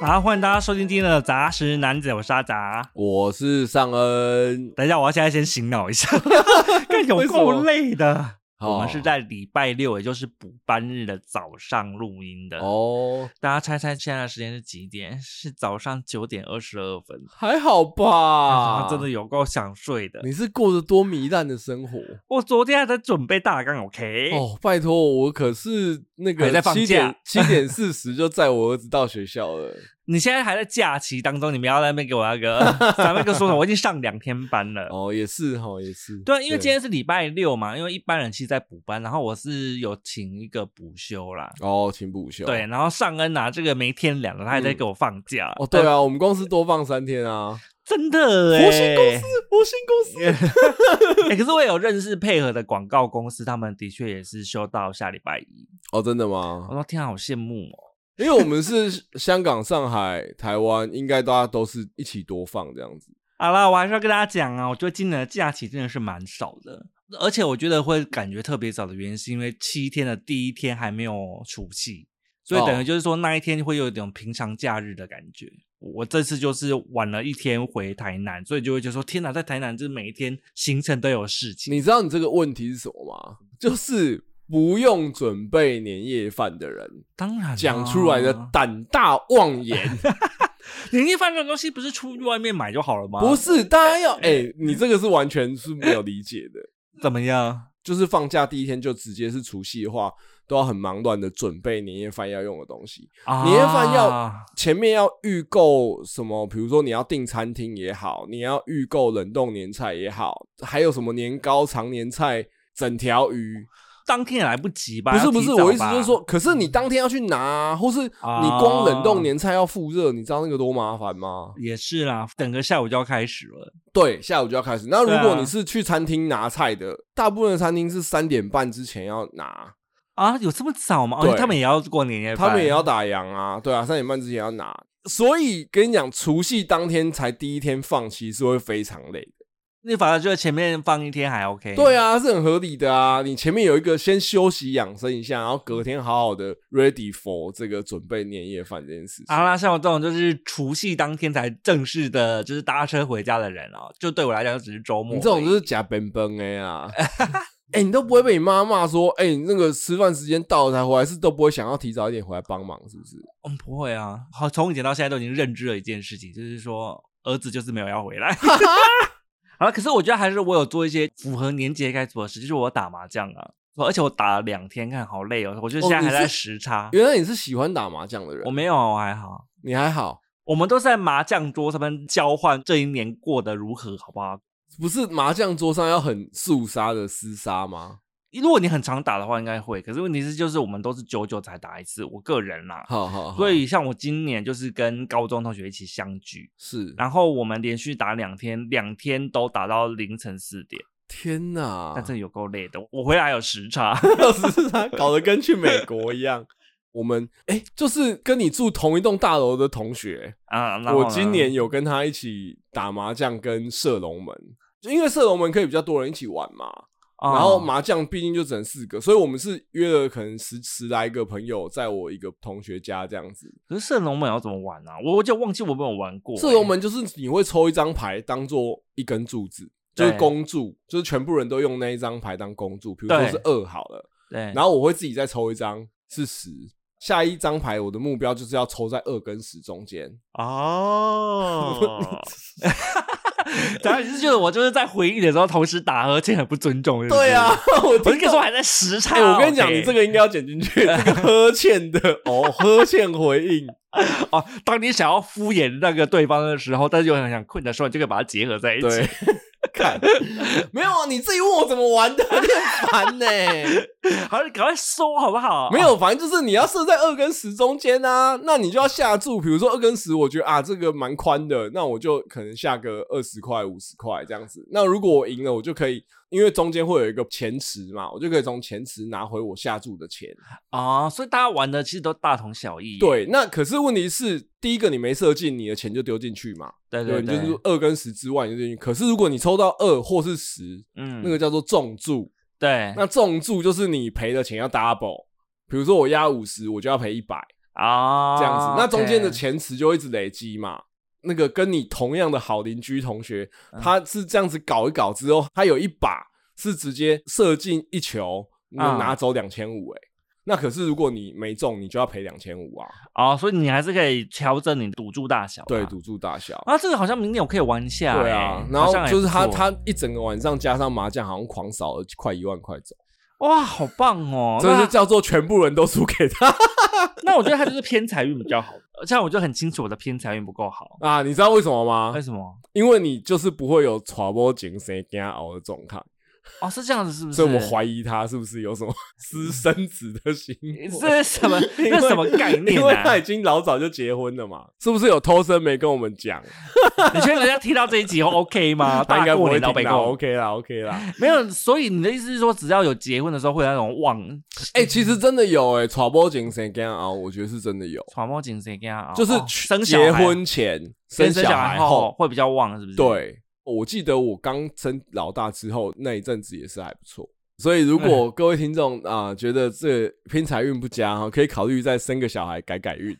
好，欢迎大家收听今天的杂食男子，我是阿杂。我是尚恩，等一下，我要现在先醒脑一 下，看有为什够么累的。哦我们是在礼拜六，也就是补班日的早上录音的。哦， 大家猜猜现在的时间是几点？是早上九点二十二分。还好吧？哎真的，有够想睡的。啊你是过着多糜烂的生活我昨天还在准备大纲，OK？、哦！拜托，我可是那哎还个在放七点假七点四十就载我儿子到学校了。你现在还在假期当中，你们要在那边给我那 个，咱们就说什么？我已经上两天班了。哦，也是哈，也是。对，啊因为今天是礼拜六嘛，因为一般人其实在补班，然后我是有请一个补休啦。哦，请补休。对，，然后尚恩啊，这个没天良了，他还在给我放假。哦，对呃，啊，我们公司多放三天啊。真的哎、佛心公司，我新公司。 哎可是我有认识配合的广告公司，他们的确也是休到下礼拜一。哦，真的我吗？说天啊，好羡慕哦！因为我们是香港、上海、台湾，应该大家都是一起多放这样子。好啦，我还是要跟大家讲啊，我觉得今年的假期真的是蛮少的，而且我觉得会感觉特别少的原因，是因为七天的第一天还没有除夕，所以哦等于就是说那一天会有一种平常假日的感觉。我这次就是晚了一天回台南，所以就会觉得说天哪，在台南就是每一天行程都有事情。你知道你这个问题是什么吗？嗯就是不用准备年夜饭的人当然啊讲出来的胆大妄言，年夜饭这种东西不是出去外面买就好了吗？ 不是大家要哎、嗯你这个是完全是没有理解的。怎么样？就是放假第一天就直接是除夕的话，都要很忙乱的准备年夜饭要用的东西。啊 年夜饭要前面要预购什么？比如说你要订餐厅也好，你要预购冷冻年菜也好，还有什么年糕、长年菜、整条鱼，当天也来不及吧？不是要不提是，早我意思吧就是说，，可是你当天要去拿、啊，或是你啊光冷冻年菜要复热，你知道那个多麻烦吗？也是啦，整个下午就要开始了。对，下午就要开始。那对啊如果你是去餐厅拿菜的，大部分的餐厅是三点半之前要拿，啊，有这么早吗？哦，对他们也要过年夜饭，他们也要打烊啊，对啊，三点半之前要拿。所以跟你讲，除夕当天才第一天放，其实会非常累的。那反正就是前面放一天还 OK。对啊，啊，是很合理的啊。你前面有一个先休息养生一下，然后隔天好好的 ready for 这个准备年夜饭这件事情。啊啦，像我这种就是除夕当天才正式的，就是搭车回家的人哦，就对我来讲就只是周末而已。你这种就是假本本哎啊！ 哎、你都不会被你妈骂说，哎、你那个吃饭时间到了才回来，是都不会想要提早一点回来帮忙，是不是？嗯不会啊，好，从以前到现在都已经认知了一件事情，就是说儿子就是没有要回 来。好了，可是我觉得还是我有做一些符合年节该做的事，就是我有打麻将啊，而且我打了两天，看好累哦，我觉得现在哦你还在是时差。原来你是喜欢打麻将的人啊我，没有，我还好。你还好，我们都是在麻将桌上面交换这一年过得如何，好不好？不是麻将桌上要很肃杀的厮杀吗？如果你很常打的话，应该会。可是问题是，就是我们都是久久才打一次，我个人啦。好好好，所以像我今年就是跟高中同学一起相聚，是然后我们连续打两天，两天都打到凌晨四点，天哪 但，真的有够累的。我回来还有时差，要是他搞得跟去美国一样。 我们哎、就是跟你住同一栋大楼的同学，啊，然后我呢今年有跟他一起打麻将跟射龙门，就因为射龙门可以比较多人一起玩嘛。哦然后麻将毕竟就只能四个，所以我们是约了可能十十来个朋友，在我一个同学家这样子。可是射龙门要怎么玩啊？我我就忘记我有没有玩过、欸射龙门就是你会抽一张牌当做一根柱子，就是对公柱，就是全部人都用那一张牌当公柱。比如说对是二好了，对，然后我会自己再抽一张是十，下一张牌我的目标就是要抽在二跟十中间。 哦，当然啊就是我就是在回忆的时候同时打，而且很不尊重。是不是 对啊，，我我是跟听你到说我还在时差。哎、我跟你讲， OK 你这个应该要剪进去。这个呵欠的哦，呵欠回应，哦，当你想要敷衍那个对方的时候，但是又很想困的时候，你就可以把它结合在一对起。，看， 没有啊？你自己问我怎么玩的， 你很烦呢、 好，你赶快说好不好？ 没有，反正就是你要设在二跟十中间啊，那你就要下注。比如说二跟十，我觉得啊这个蛮宽的，那我就可能下个二十块、五十块这样子。那如果我赢了，我就可以，因为中间会有一个钱池嘛，我就可以从钱池拿回我下注的 钱。啊、所以大家玩的其实都大同小异。对，那可是问题是，第一个你没射进，你的钱就丢进去嘛。对对，对你就是二跟十之外你就进去。可是如果你抽到二或是十，嗯，那个叫做重注。对那重注就是你赔的钱要 double。比如说我压五十，我就要赔一百。啊，这样子。那中间的 OK 前池就一直累积嘛。那个跟你同样的好邻居同学嗯，他是这样子搞一搞之后，他有一把是直接射进一球，啊能拿走两千五哎。那可是如果你没中，你就要赔两千五啊。哦，所以你还是可以调整你赌注大小啦。对，赌注大小。啊，这个好像明年我可以玩一下欸。对啊，然好后像也就是不他错他一整个晚上加上麻将，好像狂扫了快一万块走，哇，好棒哦！真的那是叫做全部人都输给他 那我觉得他就是偏财运比较好，这样我就很清楚我的偏财运不够好。啊！你知道为什么吗 为？什么？因为你就是不会有传播井谁跟熬的状态，哦，是这样子，是不是？所以我怀疑他是不是有什么私生子的行 为？这是什 么？因这为是什么概念因为他啊已？经老早就结婚了嘛，是不是有偷生没跟我们讲？你觉得人家听到这一集后 OK 吗？ 他应 大该不过会年听到被到告 OK 啦，OK 啦。没有，所以你的意思是说，只要有结婚的时候会有那种旺哎，其实真的有哎，传播井谁跟熬，我觉得是真的有，传播紧谁跟他熬，就是哦去生小结孩婚前跟生生小小孩后后。会比较旺，是不是？，对，哦我记得我刚生老大之后那一阵子也是还不错。所以，如哎果各位听众啊、觉得这偏财运不佳哈，可以考虑再生个小孩改改运。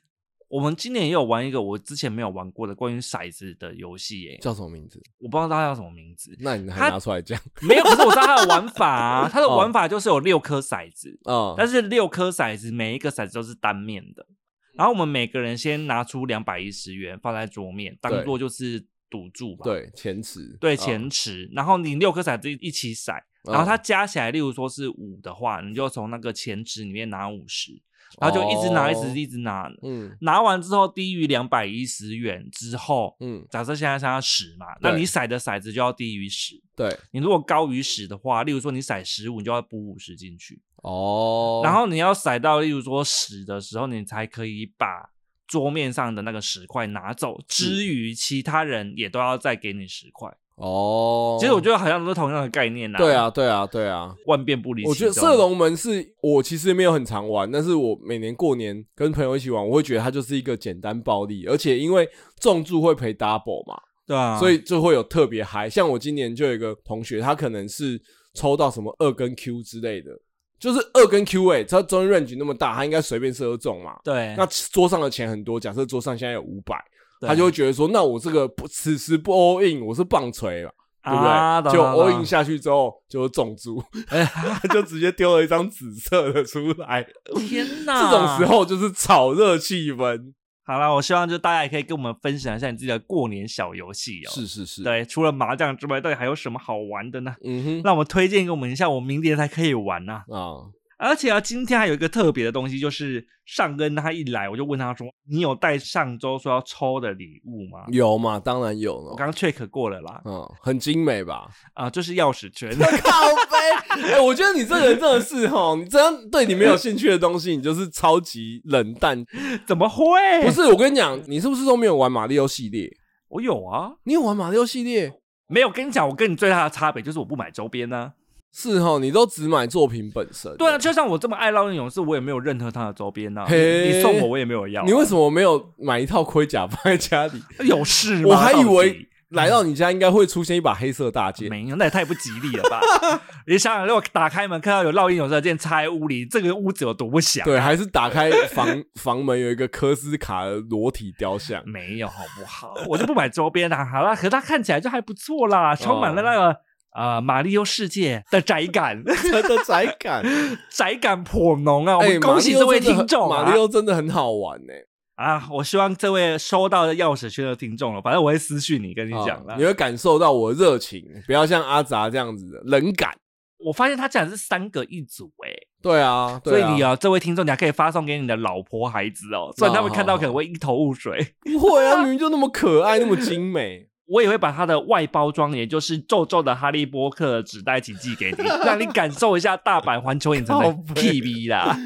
我们今年也有玩一个我之前没有玩过的关于骰子的游戏耶，叫什么名字？我不知道它叫什么名字，那你还哎他拿出来讲没有，可是我知道它的玩法、啊，它的玩法就是有六颗骰子，啊？但是六颗骰子每一个骰子都是单面的，嗯然后我们每个人先拿出两百一十元放在桌面，当对做就是赌注吧，嗯对，前池，对啊钱池，然后你六颗骰子一起骰，然后它加起来，例如说是五的话，你就从那个钱池里面拿五十，然后就一直拿，一哦直一直拿，嗯拿完之后低于两百一十元之后，嗯，假设现在剩下十嘛，那对你骰的骰子就要低于十。对，你如果高于十的话，例如说你骰十五，你就要补五十进去。哦，然后你要骰到例如说十的时候，你才可以把桌面上的那个十块拿嗯走，之余其他人也都要再给你十块。哦，其实我觉得好像都是同样的概念呐、对啊，，对啊，对啊，万变不离其宗。我觉得射龙门是我其实没有很常玩，但是我每年过年跟朋友一起玩，我会觉得它就是一个简单暴力，而且因为重注会赔 double 嘛，对啊，所以就会有特别嗨。像我今年就有一个同学，他可能是抽到什么二跟 Q 之类的，就是二跟 Q 哎、他中间 range 那么大，他应该随便射都中嘛。对，那桌上的钱很多，假设桌上现在有五百，对他就会觉得说，那我这个不此时不 all in，我是棒槌了。对不对？啊、懂就懂哎 all 懂 in 下去之后，就是中注， 就直接丢了一张紫色的出 来。天哪， 这种时。候就是炒热气氛。好了，我希望就大家也可以跟我们分享一下你自己的过年小游戏哦。，是是，对，除了麻将之外，到底还有什么好玩的呢？嗯让我们推荐给我们一下，我明年才可以玩呐、哼啊，而且啊，今天还有一个特别的东西，就是上恩他一来，我就问他说：“你有带上周说要抽的礼物吗有嘛，当然有？”我了。刚 check 过了啦，嗯，很精美吧？啊、就是钥匙圈。 靠背，哎、我觉得你这个人真的是哈，你这样对你没有兴趣的东西，你就是超级冷淡。 怎么 会？不，是，我跟你讲，你是不是都没有玩马里奥系列？我有啊，你有玩马里奥系列？没有跟你讲，我跟你最大的差别就是我不买周边呢、是哈，你都只买作品本身。 对啊，就像我这么爱烙印勇士，我也没有任何他的周边呐、嘿你送我，我也没有要啊、你为什么没有买一套盔甲放在家里？有事吗？我还以到为底来到你家应该会出现一把黑色大剑。 没有，那也太不吉利了 吧！你想想，如果打开门看到有烙印勇士的剑插在屋里，这个屋子有多不祥？啊对，还是打开房 房门有一个科斯卡的裸体雕像，没有好不好？我就不买周边啦。好啦，可是它看起来就还不错啦，充哦满了那个。啊、马里奥世界的宅 感，真的宅感。宅感颇浓啊！我哎，们 恭喜这位听众马啊！里奥真的很好玩欸呢。啊，我希望这位收到钥匙圈的听众了，反正我会私讯你，跟你讲啊啦。你会感受到我的热情，不要像阿杂这样子的冷感。我发现他竟然是三个一组哎、对啊，所对以你啊，这位听众你还可以发送给你的老婆孩子哦，虽然他们看到可能会一头雾水。不会啊，明明就那么可爱，那么 精美。我也会把它的外包装，也就是皱皱的哈利波特的纸袋一起寄给你，让你感受一下大阪环球影城好的悲 PV 啦。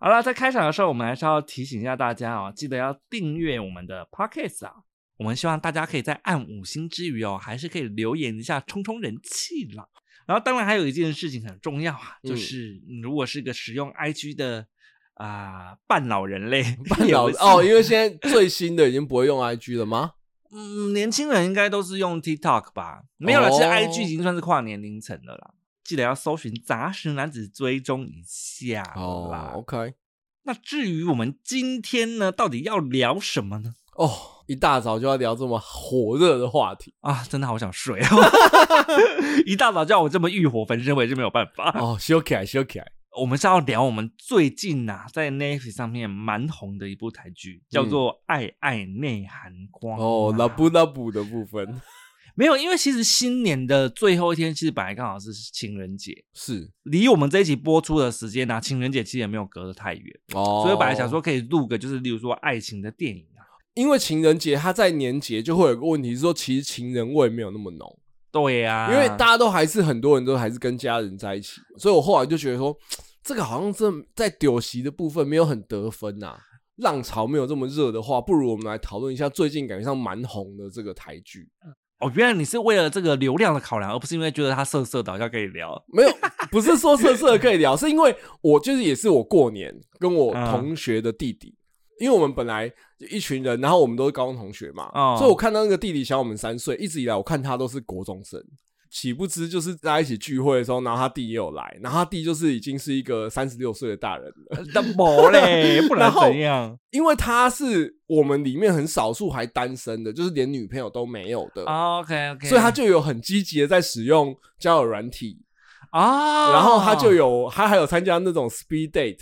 好了，在开场的时候，我们还是要提醒一下大家哦，记得要订阅我们的 Podcast 啊。我们希望大家可以在按五星之余哦，还是可以留言一下，冲冲人气啦。然后，当然还有一件事情很重要啊，就嗯是你如果是个使用 IG 的啊、半老人类，半老 也不是哦，因为现在最新的已经不会用 IG 了 吗？嗯，年轻人应该都是用 TikTok 吧？没有了，其实哦 IG 已经算是跨年龄层了啦。记得要搜寻“杂食男子”追踪一下啦。哦，OK，那至于我们今天呢，到底要聊什么呢？哦，一大早就要聊这么火热的话 题啊，真的好想睡哦！ 一大早叫我这么欲火焚身，我也是没有办法。哦，修起来，修起来。我们是要聊我们最近呐、在 Netflix 上面蛮红的一部台剧，叫做《爱爱内涵光、嗯哦，拉布拉布的 部分没有，因为其实新年的最后一天，其实本来刚好是情人节，是离我们这一集播出的时间呢、情人节其实也没有隔得太远，哦，所以本来想说，可以录个就是例如说爱情的电影啊，因为情人节它在年节就会有个问题，是说其实情人味没有那么浓。对呀、因为大家都还是很多人都还是跟家人在一起，所以我后来就觉得说，这个好像真的在丢席的部分没有很得分呐、啊浪潮没有这么热的话，不如我们来讨论一下最近感觉上蛮红的这个台剧。哦，原来你是为了这个流量的考量，而不是因为觉得它色色的，好像可以 聊。没有，不是说色色的可以聊，是因为我就是也是我过年跟我同学的弟弟，因为我们本来就一群人，然后我们都是高中同学嘛，哦所以我看到那个弟弟小我们三岁，一直以来我看他都是国中生。岂不知就是大家一起聚会的时候，然后他弟也有来，然后他弟就是已经是一个三十六岁的大人了，那没嘞，不然然后怎样因为他是我们里面很少数还单身的，就是连女朋友都没有的， ？OK 哦 OK，呃所以他就有很积极的在使用交友软体，啊，然后他就有他还有参加那种 speed date，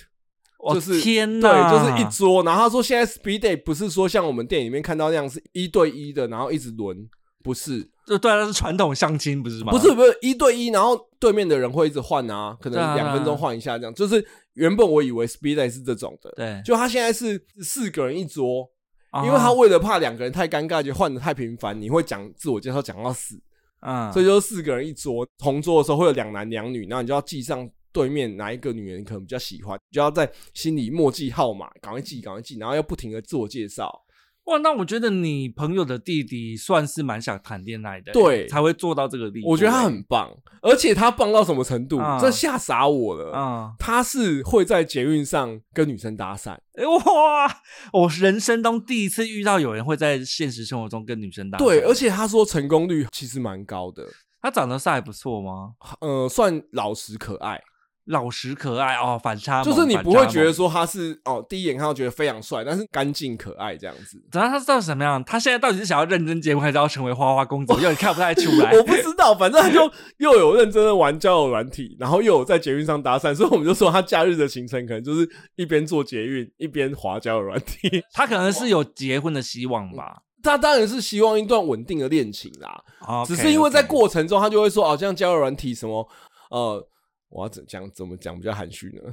我就是天哪，对，就是一桌。然后他说，现在 speed date 不是说像我们电影里面看到那样是一对一的，然后一直轮，不是，就对啊，那是传统相亲不是吗？不是，不是一对一，然后对面的人会一直换啊，可对啊能两分钟换一下这样。就是原本我以为 speed date 是这种的，对，就他现在是四个人一桌，啊因为他为了怕两个人太尴尬，就换的太频繁，你会讲自我介绍讲到死，嗯，所以就是四个人一桌，同桌的时候会有两男两女，然后你就要记上对面哪一个女人可能比较喜欢，你就要在心里默记号码，赶快记，赶快记，然后要不停的自我介绍。哇，那我觉得你朋友的弟弟算是蛮想谈恋爱的，对才会做到这个地步。我觉得他很棒，而且他棒到什么程度？啊这吓傻我了。啊，他是会在捷运上跟女生搭讪，哎哇，我人生中第一次遇到有人会在现实生活中跟女生搭讪，对，而且他说成功率其实蛮高的，他长得帅不错吗？呃，算老实可爱，老实可爱哦，反差萌就是你不会觉得。反差萌说他是哦，第一眼看到觉得非常帅，但是干净可爱这样子。等到他到底什么样？他现在到底是想要认真结婚，还是要成为花花公子？我有点 看不太出来。我不知道，反正他 就又有认真的玩交友软体，然后又有在捷运上搭讪，所以我们就说他假日的行程可能就是一边做捷运一边滑交友软体。他可能是有结婚的希望吧。 他当然是希望一段稳定的恋情啦 OK，嗯只是因为在 OK 过程中他就会说，哦，像交友软体什么，呃，我要怎讲怎么讲比较含蓄呢？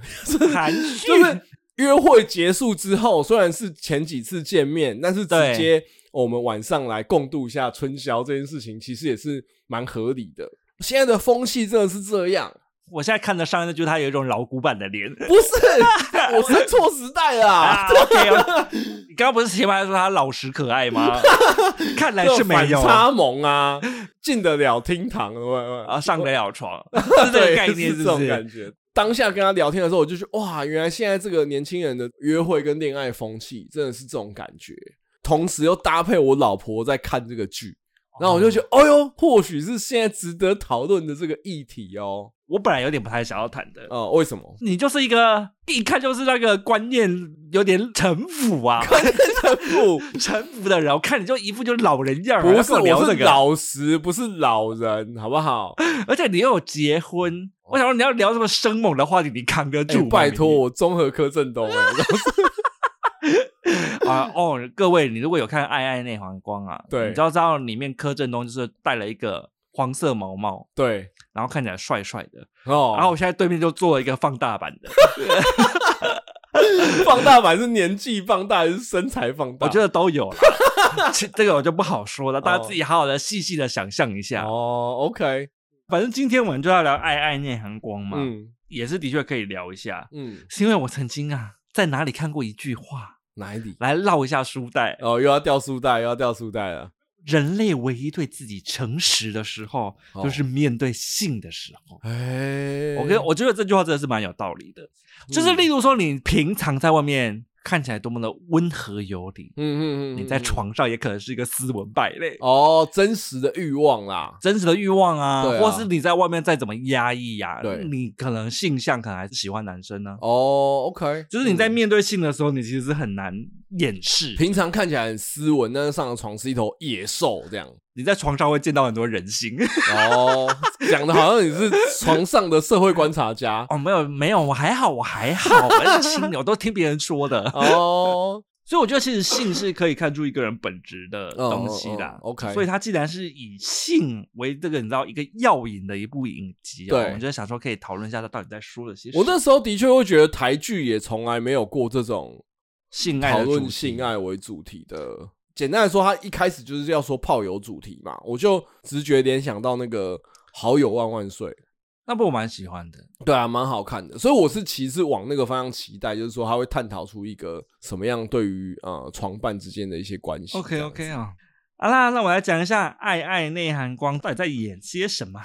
含蓄就是约会结束之后，虽然是前几次见面，但是对直接我们晚上来共度一下春宵这件事情，其实也是蛮合理的。现在的风气真的是这样，我现在看得上，就是他有一种老古板的脸。不 是？我是错时代啊啦， ，OK，哦你刚刚不是前面还说他老实可爱吗？看来就是没有反差萌啊，进得了厅堂，喂喂啊，上得了床，是这个 对概念是是这不种感是？觉。当下跟他聊天的时候，我就觉得哇，原来现在这个年轻人的约会跟恋爱风气真的是这种感觉，同时又搭配我老婆在看这个剧，哦然后我就觉得，哎呦，或许是现在值得讨论的这个议题哦。我本来有点不太想要谈的。？呃，为什么 你就是一个一看就是那个观念有点城府啊，不，城府的人，我看你就一副就是老人样啊，不要是，跟我聊我这是个，老实，不是老人，好不好？哎而且你又有结婚，我想说你要聊这么生猛的话题，你扛得哦哎住吗？拜托，你我综合科正东、 哎啊哦，各位，你如果有看《爱爱内黄光》啊，对你知道知道里面柯震东就是戴了一个黄色毛帽，对然后看起来帅帅的，哦，然后我现在对面就做了一个放大版 的，放大版是年纪放大还是身材放大？我觉得都有了，这这个我就不好说了，大家自己好好的细细的想象一下。哦，OK，反正今天我们就要聊《爱爱内涵光》嘛，嗯也是的确可以聊一下，嗯，是因为我曾经啊在哪里看过一句话，哪里？来绕一下书袋，哦，又要掉书袋，又要掉书袋了。人类唯一对自己诚实的时候，哦就是面对性的时候。哎我跟我觉得这句话真的是蛮有道理的，就是嗯例如说，你平常在外面看起来多么的温和有礼，嗯嗯嗯，你在嗯床上也可能是一个斯文败类。哦，真实的欲望啦，真实的欲望啊，对啊或是你在外面再怎么压抑呀、对你可能性向可能还是喜欢男生呢、哦，OK，就是你在嗯面对性的时候，你其实是很难掩饰。平常看起来很斯文，但是上了床是一头野兽这样。你在床上会见到很多人性。哦，讲的好像你是床上的社会观察家。哦，没有没有，我还好，我还好，我很轻的，我都听别人说的。哦，所以我觉得其实性是可以看出一个人本质的东西嗯嗯啦嗯。，OK 所以它既然是以性为这个你知道一个药引的一部影集、哦，对我们就想说可以讨论一下它到底在说了些什么。我那时候的确会觉得台剧也从来没有过这种性爱的讨主论题性，爱为主题的。简单来说，他一开始就是要说炮友主题嘛，我就直觉联想到那个《好友万万岁》。那部我蛮喜欢的。对啊，蛮好看的，所以我是其实往那个方向期待，就是说他会探讨出一个什么样对于呃床伴之间的一些关系。 OK 这样 OK 子啊、好啦，那我来讲一下《爱爱内涵光》到底在演些什么。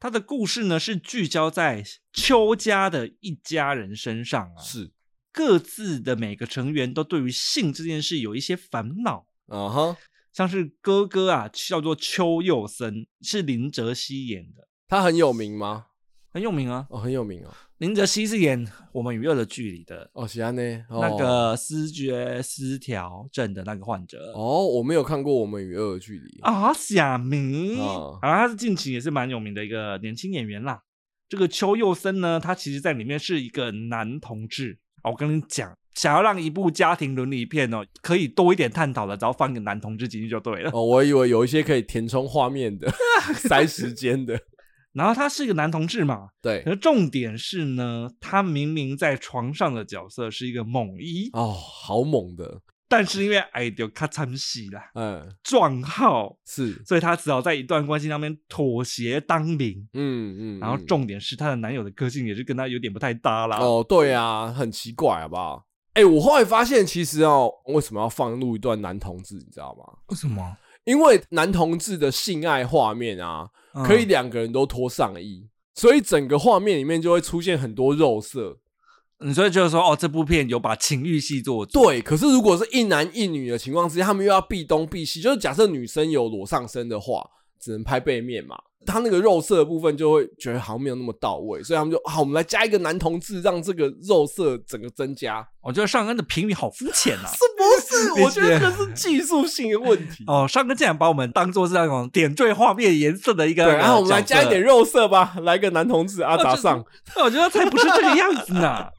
它的故事呢是聚焦在邱家的一家人身上啊，是各自的每个成员都对于性这件事有一些烦恼，啊哈，像是哥哥啊，叫做邱佑森，是林哲熙演的，他很有名吗？很有名啊。哦，很有名哦。林哲熙是演《我们与恶的距离》的哦，喜安呢？哦、那个视觉失调症的那个患者哦，我没有看过《我们与恶的距离》啊，贾明哦啊，他是近期也是蛮有名的一个年轻演员啦。这个邱佑森呢，他其实在里面是一个男同志啊。我跟你讲，想要让一部家庭伦理片哦，可以多一点探讨的，只要放一个男同志进去就对了。哦，我以为有一些可以填充画面的、 塞时间的。 然后他是一个男同志嘛，对可，是重点是呢，他明明在床上的角色是一个猛一，哦，好猛的，但是因为哎丢咔嚓戏啦，嗯，撞号，是，所以他只好在一段关系上面妥协当零。嗯嗯。然后嗯重点是她的男友的个性也是跟她有点不太搭啦。哦，对啊，很奇怪，好不好？哎、我后来发现，其实哦，为什么要放入一段男同志，你知道吗？为什么？因为男同志的性爱画面啊，嗯可以两个人都脱上衣，所以整个画面里面就会出现很多肉色。嗯，你所以就是说，哦，这部片有把情欲戏做足，对，可是如果是一男一女的情况之下，他们又要避东避西，就是假设女生有裸上身的话，只能拍背面嘛。他那个肉色的部分就会觉得好像没有那么到位，所以他们就啊，我们来加一个男同志，让这个肉色整个增加。我觉得上恩的评语好肤浅 呐、是不是？理我觉得解这是技术性的问 题。哦，上恩竟然把我们当做是那种点缀画面颜色的一个，对，然后我们来角色加一点，肉色吧，来个男同志阿哦杂就是上。我觉得才不是这个样子 呢。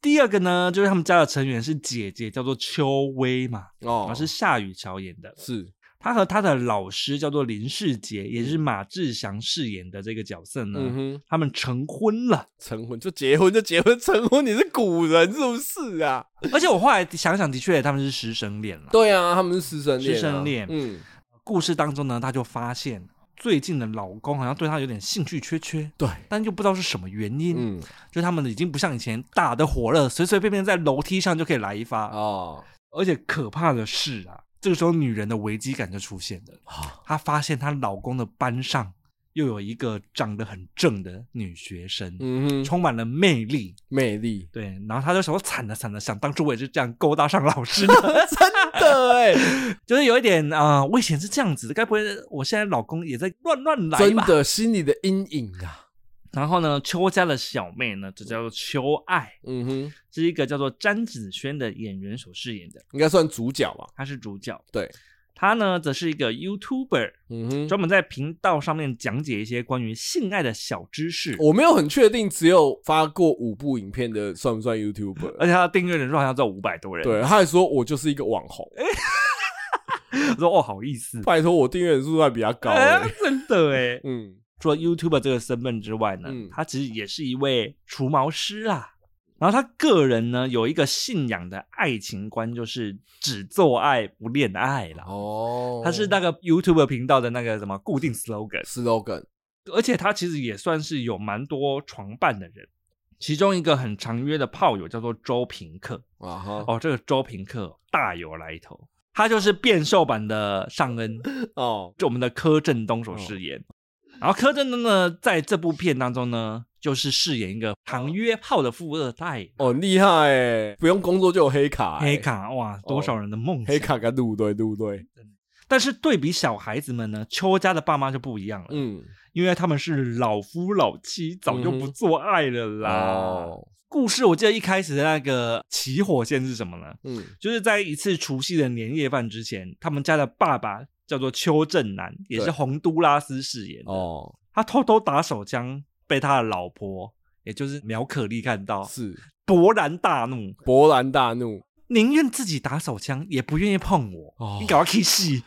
第二个呢，就是他们家的成员是姐姐，叫做邱薇嘛，哦然后是夏雨乔演的。是，她和她的老师叫做林世杰，也是马志祥饰演的这个角色呢，嗯哼，他们成婚了。成婚就结婚就结婚，成婚你是古人是不是啊？ 而且我后来想想，的确他们是师生恋了。对啊，他们是师生恋啊，师生恋嗯，故事当中呢，她就发现最近的老公好像对她有点兴趣缺缺，对，但又不知道是什么原因，嗯，就他们已经不像以前打的火热，随随便便在楼梯上就可以来一发。哦，而且可怕的是啊，这个时候女人的危机感就出现了。她发现她老公的班上又有一个长得很正的女学生，嗯哼，充满了魅力。，魅力对，然后她就想说惨了惨了，想当初我也是这样勾搭上老师的。 真的 哎、就是有一点啊、呃我以前是这样子，该不会我现在老公也在乱乱来真吧？的心里的阴影啊，然后呢，邱家的小妹呢，就叫做邱爱，嗯哼，是一个叫做詹子萱的演员所饰演的，应该算主角吧，她是主角。对，她呢，则是一个 YouTuber，嗯哼，专门在频道上面讲解一些关于性爱的小知识，我没有很确定，只有发过五部影片的算不算 YouTuber？而且她的订阅人数好像只有五百多人。， 对，哎他还说我就是一个网红，我说哦，好意 思，拜托我订阅人数还比他高、哎欸， 真的哎。嗯，除了 YouTuber 这个身份之外呢，嗯他其实也是一位除毛师啊。然后他个人呢有一个信仰的爱情观，就是只做爱不恋爱啦。哦他是那个 YouTuber 频道的那个什么固定 slogan， slogan，而且他其实也算是有蛮多床伴的人。其中一个很常约的炮友叫做周平克啊哈，哦，这个周平克大有来头，他就是变瘦版的尚恩，哦，嗯就我们的柯震东所饰演。然后柯震东呢，在这部片当中呢，就是饰演一个唐约炮的富二代。哦，很厉害哎、不用工作就有黑卡、欸，黑，卡哇，多少人的梦想！黑卡跟路对路对，但是对比小孩子们呢，邱家的爸妈就不一样了，嗯，因为他们是老夫老妻，早就嗯不哼做爱了啦。哦，故事我记得一开始的那个起火线是什么呢？嗯，就是在一次除夕的年夜饭之前，他们家的爸爸叫做邱正南，也是对洪都拉斯饰演的。哦，他偷偷打手枪，被他的老婆，也就是苗可丽看到，是勃然大怒，哦勃然大怒，宁愿自己打手枪，也不愿意碰我。哦你搞到 K 戏，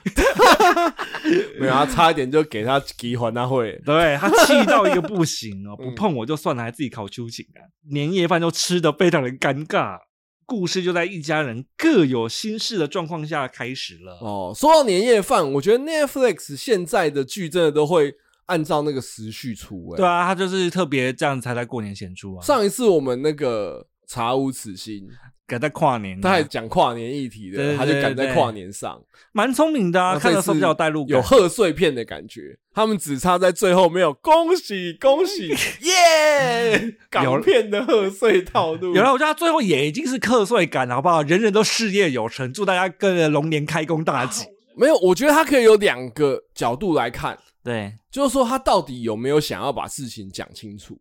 没有，他差一点就给他给还他会， 对他气到一个不行哦，嗯不碰我就算了，还自己烤秋瑾啊，年夜饭都吃的非常的尴尬。故事就在一家人各有心事的状况下开始了。哦，说到年夜饭，我觉得 Netflix 现在的剧真的都会按照那个时序出、欸，对啊，他就是特别这样才在过年前出啊，上一次我们那个茶无此心，赶在跨年啊，他还讲跨年议题对对的，他就对赶在对跨年上，蛮聪明的啊，那看这的时候次比较有代入感，有贺岁片的感觉。他们只差在最后没有恭喜恭 喜 耶，有港片的贺岁套路。有了，我觉得他最后也已经是瞌睡感了，好不好？人人都事业有成，祝大家跟龙年开工大吉。没有？我觉得他可以有两个角度来看，对，就是说他到底有没有想要把事情讲清楚。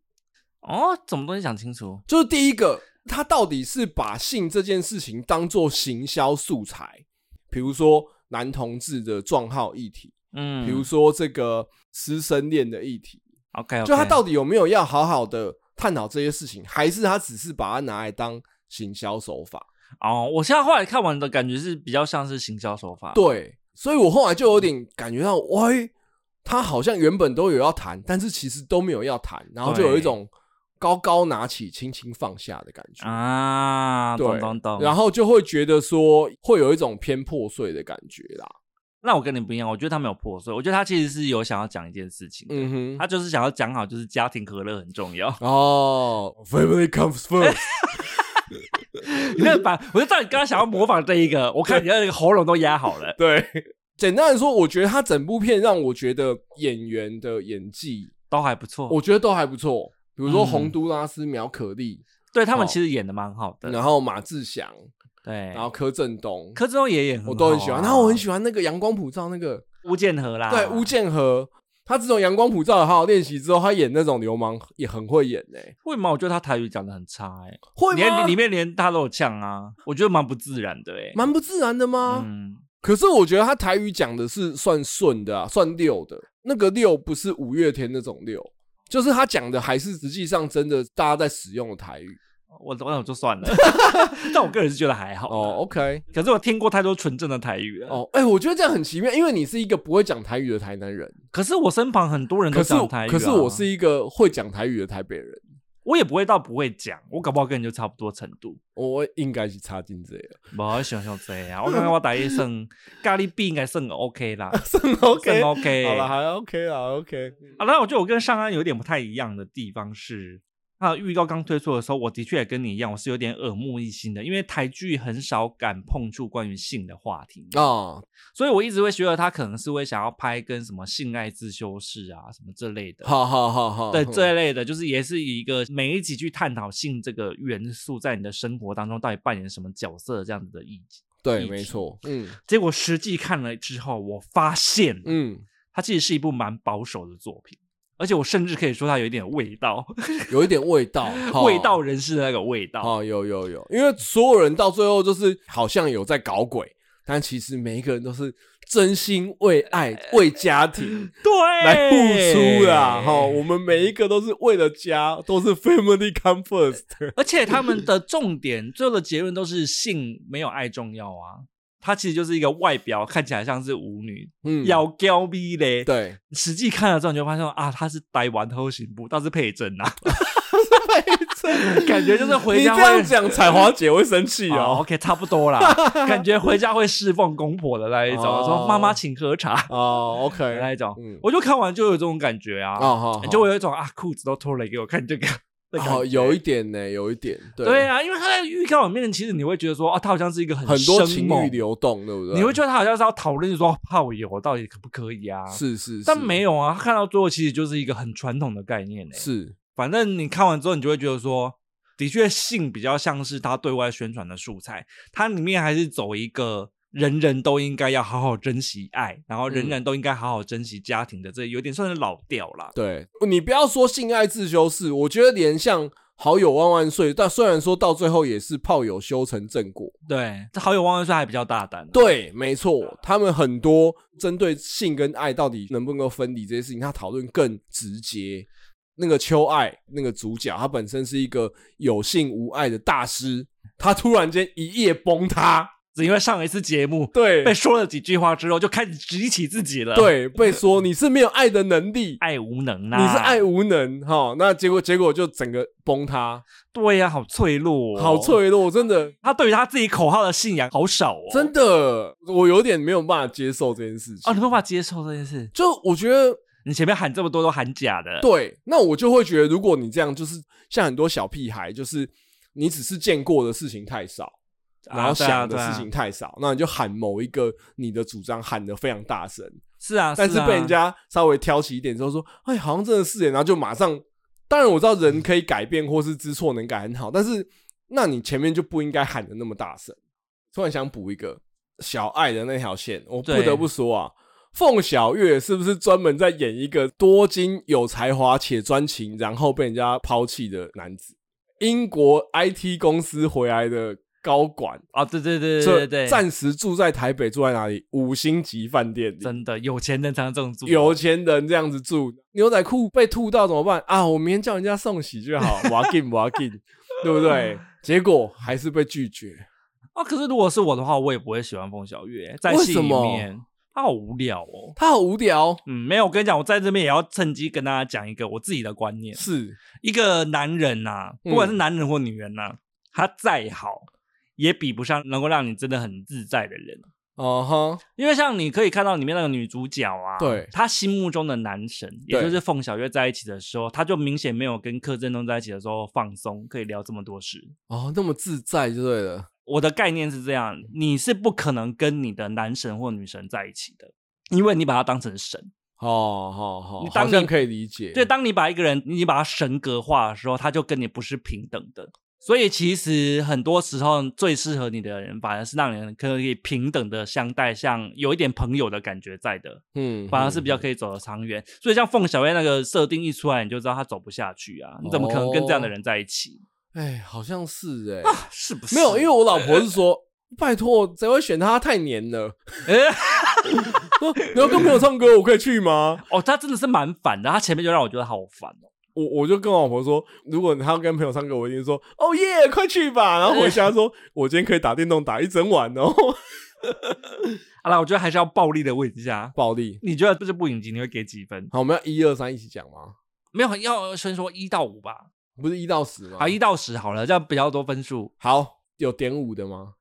哦，怎么东西讲清楚？就是第一个，他到底是把性这件事情当做行销素材，比如说男同志的撞号议题，嗯比如说这个师生恋的议题， ，OK，, 就他到底有没有要好好的探讨这些事情，还是他只是把它拿来当行销手法？哦，我现在后来看完的感觉是比较像是行销手法。，对，所以我后来就有点感觉到，喂，他好像原本都有要谈，但是其实都没有要谈，然后就有一种高高拿起，轻轻放下的感觉。啊，对懂懂懂。然后，后就会觉得说，会有一种偏破碎的感觉啦。那我跟你不一样，我觉得他没有破碎，我觉得他其实是有想要讲一件事情，嗯他哼，就是想要讲好，就是家庭和乐很重 要。哦，Family comes first，你看吧，我就知道你刚刚想要模仿这一个，我看你的那个喉咙都压好了。对。简单的说，我觉得他整部片让我觉得演员的演技，都还不错，我觉得都还不错。比如说哦嗯洪都拉斯、苗可丽，对他们哦其实演的蛮好的，然后马志祥，对，然后柯震东，哎柯震东也演很好啊、我都很喜欢。然后我很喜欢那个阳光普照那个，吴建和啦，对，吴建和。他自从阳光普照好好练习之后，他演那种流氓也很会演呢、为什么我觉得他台语讲的很差、欸？会连吗？里面连他都有呛啊，我觉得蛮不自然的哎、蛮不自然的吗？嗯，可是我觉得他台语讲的是算顺的啊，算溜的。那个溜不是五月天那种溜，就是他讲的还是实际上真的大家在使用的台语。我那我就算 了，但我个人是觉得还好哦哦。 ，OK，可是我听过太多纯正的台语了，哦，哎、我觉得这样很奇妙，因为你是一个不会讲台语的台南人，可是我身旁很多人都可是讲台语、啊，可是我是一个会讲台语的台北人，我也不会到不会讲，我搞不好跟你就差不多程度。我应该是差进这 了。我想想这样，我感觉我打一算 咖喱币应该算 OK 啦， 算算 OK， OK。好了，还 OK 啦，OK。啊，那我觉得我跟上安有点不太一样的地方是，啊，预告刚推出的时候，我的确也跟你一样，我是有点耳目一新的，因为台剧很少敢碰触关于性的话题，啊，所以我一直会觉得他可能是会想要拍跟什么性爱自修室啊什么这类的。好好好好，对嗯这一类的，就是也是以一个每一集去探讨性这个元素在你的生活当中到底扮演什么角色这样子的意义。对，议没题错，嗯结果实际看了之后，我发现，嗯，它其实是一部蛮保守的作品，而且我甚至可以说它有一点味道。，有一点味道 味哈道人士的那个味道。哦，有有有，因为所有人到最后就是好像有在搞鬼，但其实每一个人都是真心为爱、哎为家庭对，来付出啦。哈，我们每一个都是为了家，都是 family come first。 而且他们的重点最后的结论都是性没有爱重要啊。它其实就是一个外表看起来像是舞女，嗯，要娇逼嘞。， 对，实际看了之后你就发现啊，她是台湾偷行部，她是配针 啊，感觉就是回你家这会样讲，彩华姐会生气哦哦。 OK，差不多啦， 感觉回家会侍奉公婆的那一种，哦说妈妈请喝茶哦 ，OK，的那一种嗯，我就看完就有这种感觉啊，哦，好，就好会有一种啊裤子都脱了给我看这个，的感觉。哦，有一点呢，有一点，对，对啊，因为他在预告里面，其实你会觉得说，哦，他好像是一个很多生情猛欲流动，对不对？你会觉得他好像是要讨论说哦泡友到底可不可以啊？是是，但是没有啊，他看到最后其实就是一个很传统的概念诶、是反正你看完之后，你就会觉得说，的确性比较像是他对外宣传的素材，它里面还是走一个人人都应该要好好珍惜爱，然后人嗯人都应该好好珍惜家庭的，这有点算是老调啦。对你不要说性爱自修室，我觉得连像好友万万岁，但虽然说到最后也是炮友修成正果，对，这好友汪恩帅还比较大胆。啊对，没错，他们很多针对性跟爱到底能不能够分离这些事情，他讨论更直接。那个秋爱那个主角，他本身是一个有性无爱的大师，他突然间一夜崩塌，只因为上一次节目对 被说了几句话之后，就开始举起自己了。，对被说你是没有爱的能力，爱无能啊呐、你是爱无能哈。那结果结果就整个崩塌，对呀、好脆弱、哦好。脆弱，真的他对于他自己口号的信仰好少哦，真的，我有点没有办法接受这件事哦，情。你没有办法接受这件事。就我觉得你前面喊这么多都喊假的，对，那我就会觉得，如果你这样，就是像很多小屁孩，就是你只是见过的事情太少，啊然后想的对啊对啊事情太少，那你就喊某一个你的主张喊得非常大声，是啊，但是是啊被人家稍微挑起一点之后说，哎，好像真的是耶，然后就马上。当然我知道嗯人可以改变或是知错能改很好，但是那你前面就不应该喊的那么大声。突然想补一个小爱的那条线，我不对得不说啊，凤小岳是不是专门在演一个多金、有才华且专情，然后被人家抛弃的男子？英国 IT 公司回来的高管，哦，对对对所对以对对，暂时住在台北，住在哪里？五星级饭店里。真的有钱人才能这种做，有钱人这样子住，牛仔裤被吐到怎么办啊？我明天叫人家送洗就好，我要进我要进，对不对？ 结果还是被拒绝。啊。可是如果是我的话，我也不会喜欢凤小岳，在为戏什里么面他好无聊哦。他好无聊，嗯，没有，我跟你讲，我在这边也要趁机跟大家讲一个我自己的观念。是一个男人呐、嗯不管是男人或女人呐、他再好，也比不上能够让你真的很自在的人。哦哈，因为像你可以看到里面那个女主角啊，对她心目中的男神，也对就是凤小岳在一起的时候，她就明显没有跟柯震东在一起的时候放松，可以聊这么多事。哦，那么自在就对了。我的概念是这样，你是不可能跟你的男神或女神在一起的，因为你把他当成神。哦，好好，你好当像你可以理解。对，当你把一个人，你把他神格化的时候，他就跟你不是平等的。所以其实很多时候最适合你的人，反而是让人可以平等的相待，像有一点朋友的感觉在的。嗯反而是比较以。可以走得长远。所以像凤小岳那个设定一出来，你就知道他走不下去啊！你怎么可能跟这样的人在一起？哎，好像是哎，啊 是不是？没有，因为我老婆是说，拜托，谁会选他？他太黏 了。 说你要跟朋友唱歌，我可以去吗？哦，他真的是蛮烦的。他前面就让我觉得好烦哦。我我就跟我老婆说，如果他要跟朋友唱歌，我一定说哦耶，快去吧。然后回家说，我今天可以打电动打一整晚哦。 好啦，我觉得还是要暴力的问一下，暴力，你觉得这部影集你会给几分？好，我们要一二三一起讲吗？没有，要先说一到五吧，不是一到十吗？好，一到十好了，这样比较多分数。好，有点五的吗？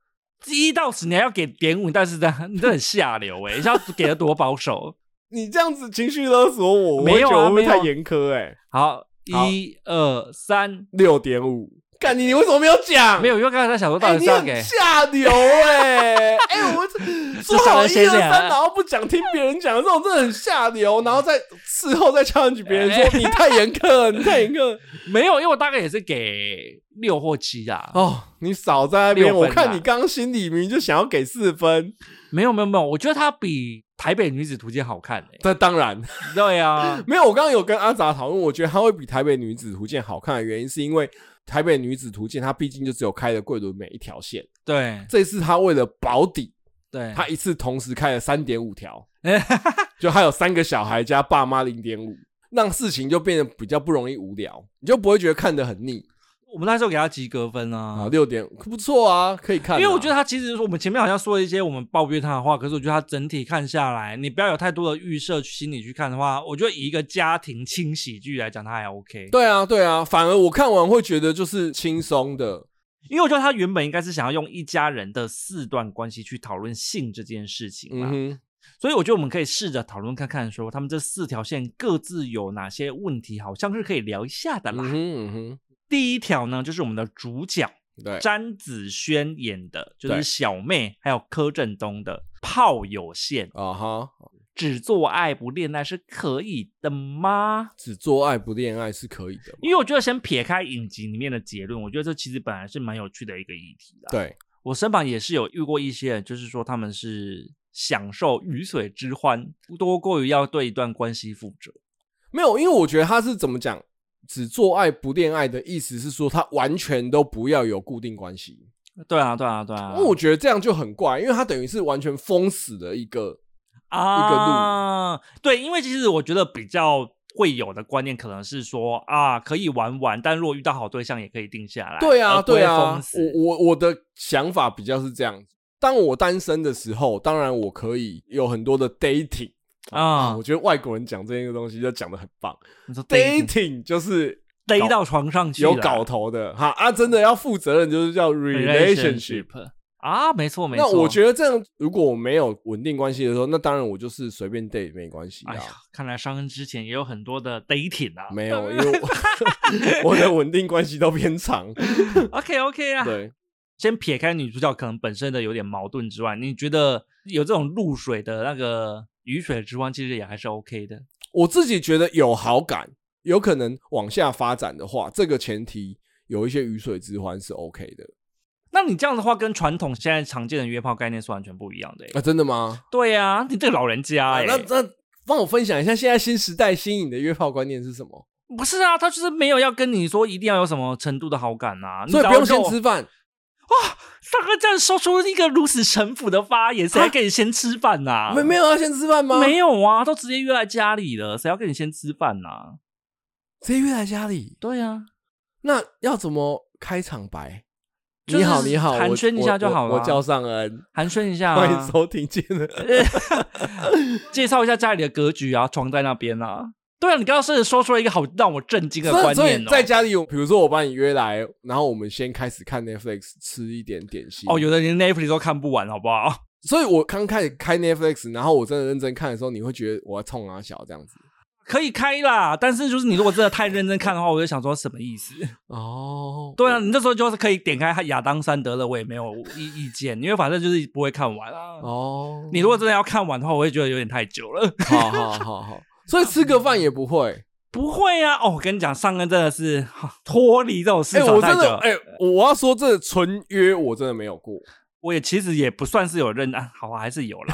一到十你还要给点五，但是呢， 你这很下流哎、你要给的多保守。 你这样子情绪勒索我，我会没有觉啊得会不会没有啊太严苛、欸？哎，好，好一二三，六点五，干你，你为什么没有讲？没有，因为刚才在想说哎、到底你是要给、很下流哎、哎、我 这说好一先二这样三，啊然后不讲，听别人讲，这种真的很下流，然后再事后再 challenge 别人说哎你太严苛了，你太严苛了。没有，因为我大概也是给六或七啊。哦，你少在那边，六我分啊看你刚刚心里明明就想要给四分，没有没有没有，我觉得它比《台北女子图鉴》好看欸诶、这当然对啊，没有。我刚刚有跟阿杂讨论，我觉得它会比《台北女子图鉴》好看的原因，是因为《台北女子图鉴》它毕竟就只有开了桂纶镁一条线， 对这次它为了保底，对，它一次同时开了三点五条。哎就还有三个小孩加爸妈零点五，让事情就变得比较不容易无聊，你就不会觉得看得很腻我们那时候给它及格分啊。啊。六点不错啊，可以看啊、因为我觉得它其实我们前面好像说了一些我们抱怨它的话，可是我觉得它整体看下来，你不要有太多的预设心理去看的话，我觉得以一个家庭轻喜剧来讲，它还 OK。对啊，对啊，反而我看完会觉得就是轻松的，因为我觉得它原本应该是想要用一家人的四段关系去讨论性这件事情啦，嗯哼，所以我觉得我们可以试着讨论看看说他们这四条线各自有哪些问题，好像是可以聊一下的啦。嗯哼，嗯哼，第一条呢，就是我们的主角对，詹子萱演的，就对是小妹，还有柯震东的《炮友线》，啊哈，只做爱不恋爱是可以的吗？只做爱不恋爱是可以的嘛，因为我觉得先撇开影集里面的结论，我觉得这其实本来是蛮有趣的一个议题啦。对，我身旁也是有遇过一些人，就是说他们是享受鱼水之欢，多过于要对一段关系负责。没有，因为我觉得他是怎么讲，只做爱不恋爱的意思是说他完全都不要有固定关系，对啊，对啊，对啊。因为我觉得这样就很怪，因为他等于是完全封死了一个，一个路啊，对，因为其实我觉得比较会有的观念可能是说啊，可以玩玩，但如果遇到好对象也可以定下来。对啊，而不会对啊封，死我我我的想法比较是这样，当我单身的时候，当然我可以有很多的 dating 啊，啊我，觉得外国人讲这个东西就讲的很棒你说逮，dating 就是逮搞到床上去有了搞头的哈啊，真的要负责任就是叫 relationship。 relationship 啊，没错没错。那我觉得这样，如果我没有稳定关系的时候，那当然我就是随便 date 没关系啊哎，呀，看来商恩之前也有很多的 dating 啊。没有，因为 我我的稳定关系都偏长。 OK OK 啊，对，先撇开女主角可能本身的有点矛盾之外，你觉得有这种露水的那个鱼水之欢，其实也还是 OK 的。我自己觉得有好感，有可能往下发展的话，这个前提有一些鱼水之欢是 OK 的那你这样的话，跟传统现在常见的约炮概念是完全不一样的、欸。啊？真的吗？对呀、你这个老人家、啊欸，那那帮我分享一下现在新时代新颖的约炮观念是什么？不是啊，他就是没有要跟你说一定要有什么程度的好感啊，所以不用先吃。吃饭，大哥这样说出一个如此城府的发言，谁还跟你先吃饭呐、啊没没有要先吃饭吗？啊没，有啊，都直接约来家里了，谁要跟你先吃饭呐、直接约来家里。对啊，那要怎么开场白？就是你好，你好，寒我暄一下就好了我我我叫尚恩，寒暄一下、欢迎啊，收听今天的。 介绍一下家里的格局啊，床在那边啊。对啊，你刚刚甚至说出了一个好让我震惊的所以观所念以哦。在家里有，比如说我把你约来，然后我们先开始看 Netflix，吃一点点心。哦，有的连 Netflix 都看不完，好不好？ 所以我刚开始开 Netflix，然后我真的认真看的时候，你会觉得我要冲啊小这样子。可以开啦，但是就是你如果真的太认真看的话，我就想说什么意思？ 哦，对啊，你这时候就是可以点开亚当·山德勒，我也没有意意见，因为反正就是不会看完啊。哦，你如果真的要看完的话，我会觉得有点太久了。 好好好好，所以吃个饭也不会。不会啊，哦，我跟你讲，上恩真的是哈脱离这种市哎、场我太真久的了。哎、我要说这纯约我真的没有过。我也其实也不算是有认啊，好啊，还是有啦。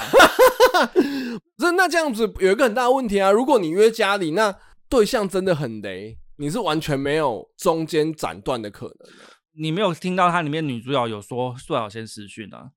这那这样子有一个很大的问题啊，如果你约家里，那对象真的很雷，你是完全没有中间斩断的可能的。你没有听到它里面女主角有说最好先失讯啊？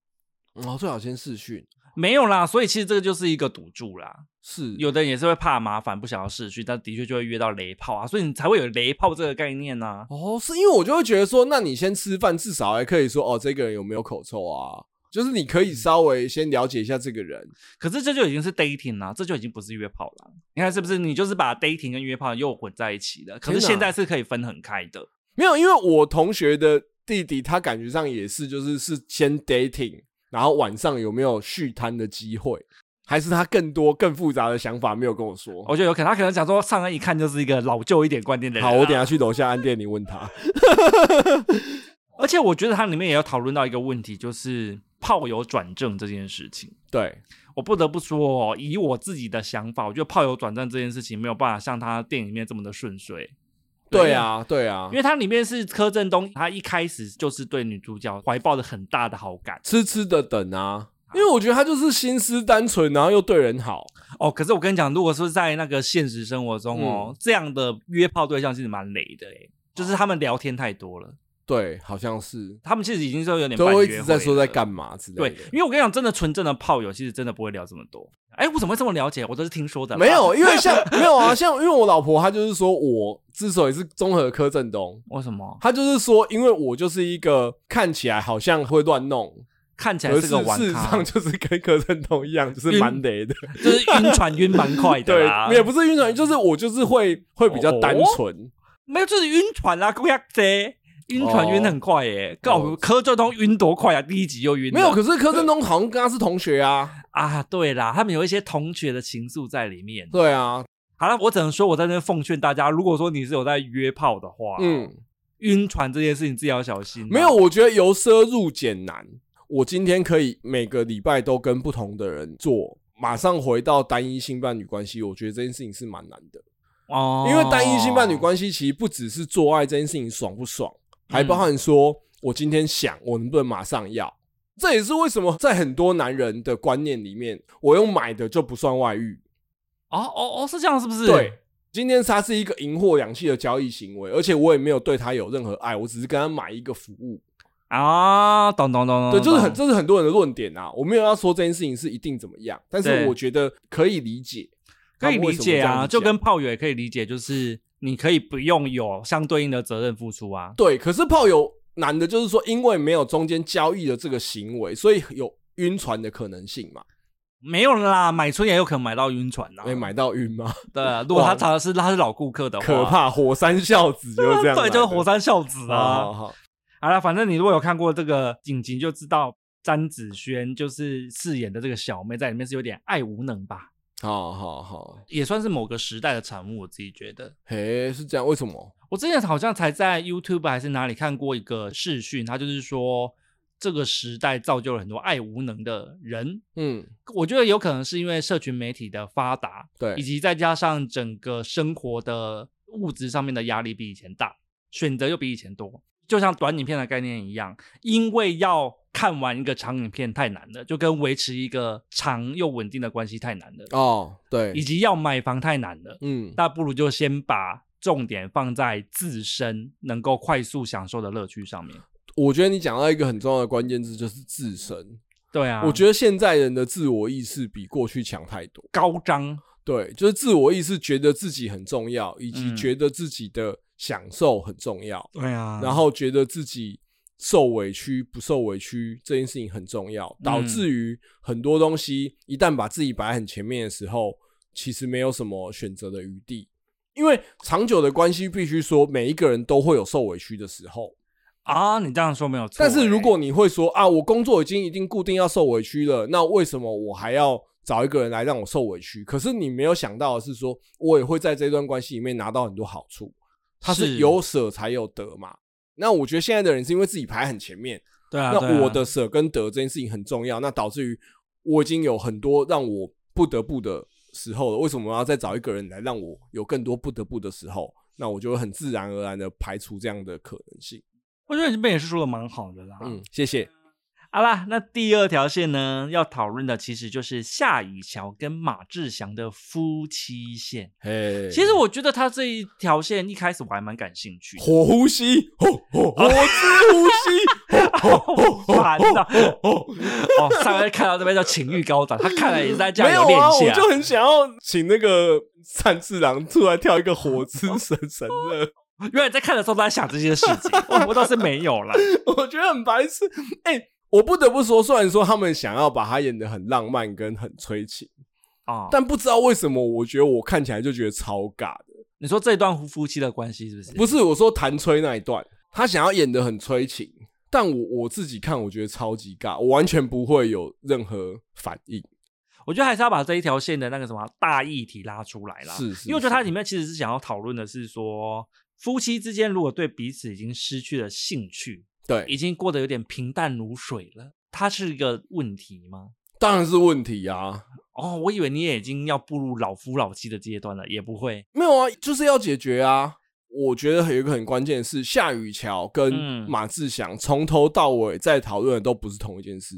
哦，最好先试训。没有啦，所以其实这个就是一个赌注啦。是有的人也是会怕麻烦，不想要失去，但的确就会约到雷炮啊，所以你才会有雷炮这个概念啊呐、哦，是因为我就会觉得说，那你先吃饭，至少还可以说哦，这个人有没有口臭啊？就是你可以稍微先了解一下这个人。可是这就已经是 dating 啦，这就已经不是约炮啦。你看是不是？你就是把 dating 跟约炮又混在一起的。可是天哪现在是可以分很开的。没有，因为我同学的弟弟，他感觉上也是，就是是先 dating，然后晚上有没有续摊的机会，还是他更多更复杂的想法没有跟我说。我觉得有可能，他可能讲说上恩一看就是一个老旧一点观念的人、啊好，我等一。下去楼下按店里问他。而且我觉得它里面也有讨论到一个问题，就是炮友转正这件事情。对，我不得不说、哦，以我自己的想法，我觉得炮友转正这件事情没有办法像他电影里面这么的顺遂。对啊，对啊因，为它里面是柯震东，他一开始就是对女主角怀抱着很大的好感痴痴的等啊，因为我觉得他就是心思单纯，然后又对人好。哦。可是我跟你讲，如果是在那个现实生活中哦，嗯这样的约炮对象其实蛮雷的诶，就是他们聊天太多了，对，好像是他们其实已经是有点都半会一约直会在说在了干嘛之类对的。，因为我跟你讲，真的纯正的炮友其实真的不会聊这么多。哎，我怎么会这么了解？我都是听说的啦。没 有，因为像没有啊，像因为我老婆她就是说我之所以是综合柯震东，为什么？她就是说因为我就是一个看起来好像会乱弄，看起来可是是个玩事实咖上，就是跟柯震东一样，就是晕蛮雷的。就是晕船晕蛮快的对啦。，也不是晕船，就是我就是会会比较单哦纯。没有，就是晕船啦，公鸭贼，晕船晕很快耶、告哦柯震东晕多快啊！第一集就晕了，没有，可是柯震东好像跟他是同学啊。啊？对啦，他们有一些同学的情愫在里面。对啊，好了，我只能说我在这边奉劝大家，如果说你是有在约炮的话，嗯，晕船这件事情自己要小心啊。没有，我觉得由奢入俭难。我今天可以每个礼拜都跟不同的人做，马上回到单一性伴侣关系，我觉得这件事情是蛮难的。哦，因为单一性伴侣关系其实不只是做爱这件事情爽不爽，还嗯包含说我今天想，我能不能马上要。这也是为什么在很多男人的观念里面，我用买的就不算外遇。哦哦哦，是这样是不是？对，，今天它是一个银货两讫的交易行为，而且我也没有对他有任何爱，我只是跟他买一个服务。啊，懂懂懂懂，对，就是很，懂这是很多人的论点啊。我没有要说这件事情是一定怎么样，但是对我觉得可以理解，可以他们理为什么解这样啊，子就讲跟炮友也可以理解，就是你可以不用有相对应的责任付出啊。对。可是炮友难的就是说，因为没有中间交易的这个行为，所以有晕船的可能性嘛？没有啦，买春也有可能买到晕船呐、没买到晕吗？对啊，如果哇他查的是他是老顾客的话，可。怕，火山孝子就是这样来对，的，哦就是火山孝子啊。好好好，好了，反正你如果有看过这个影集，就知道詹子萱就是饰演的这个小妹在里面是有点爱无能吧，好好好，也算是某个时代的产物。我自己觉得，嘿，是这样，为什么？我之前好像才在 YouTube 还是哪里看过一个视讯，他就是说这个时代造就了很多爱无能的人。嗯，我觉得有可能是因为社群媒体的发达，对以，及再加上整个生活的物质上面的压力比以前大，选择又比以前多。就像短影片的概念一样，因为要看完一个长影片太难了，就跟维持一个长又稳定的关系太难了，哦，以对，及要买房太难了。嗯，那不如就先把重点放在自身能够快速享受的乐趣上面。我觉得你讲到一个很重要的关键字，就是自身。对啊，我觉得现在人的自我意识比过去强太多。高张对，就是自我意识觉得自己很重要，以及嗯觉得自己的享受很重要，对啊然后觉得自己受委屈不受委屈这件事情很重要，导嗯致于很多东西一旦把自己摆很前面的时候，其实没有什么选择的余地。因为长久的关系，必须说每一个人都会有受委屈的时候。啊，你这样说没有错欸、但是如果你会说啊，我工作已经一定固定要受委屈了，那为什么我还要找一个人来让我受委屈？可是你没有想到的是说，我也会在这段关系里面拿到很多好处，它是是有舍才有得嘛。那我觉得现在的人是因为自己排很前面，对啊，对啊那我的舍跟得这件事情很重要，那导致于我已经有很多让我不得不的时候了，为什么我要再找一个人来让我有更多不得不的时候？那我就会很自然而然的排除这样的可能性。我觉得你这边也是说的蛮好的啦。嗯，谢谢。好啦，那第二条线呢，要讨论的其实就是夏以乔跟马志祥的夫妻线。嘿，其实我觉得他这一条线一开始我还蛮感兴趣的，火呼吸，吼吼，啊火之呼吸，吼吼吼吼烦吼啊吼吼吼哦，上回看到这边叫情欲高涨，他看来也是在 这没样有练啊，习我就很想要请那个三次郎出来跳一个火之神神乐， 原来在看的时候都在想这些事情，我我倒是没有啦。我觉得很白痴。哎、我不得不说，虽然说他们想要把它演得很浪漫跟很催情，哦，但不知道为什么，我觉得我看起来就觉得超尬的。你说这段夫妻的关系是不是？不是我说弹吹那一段，他想要演得很催情，但我我自己看，我觉得超级尬，我完全不会有任何反应。我觉得还是要把这一条线的那个什么大议题拉出来哎啦。是是因为我觉得是它里面其实是想要讨论的是说，夫妻之间如果对彼此已经失去了兴趣，对，已经过得有点平淡如水了，它是一个问题吗？当然是问题啊，哦，我以为你也已经要步入老夫老妻的阶段了，也不会。没有啊，就是要解决啊。我觉得有一个很关键的是，夏雨乔跟嗯马志祥从头到尾在讨论的都不是同一件事，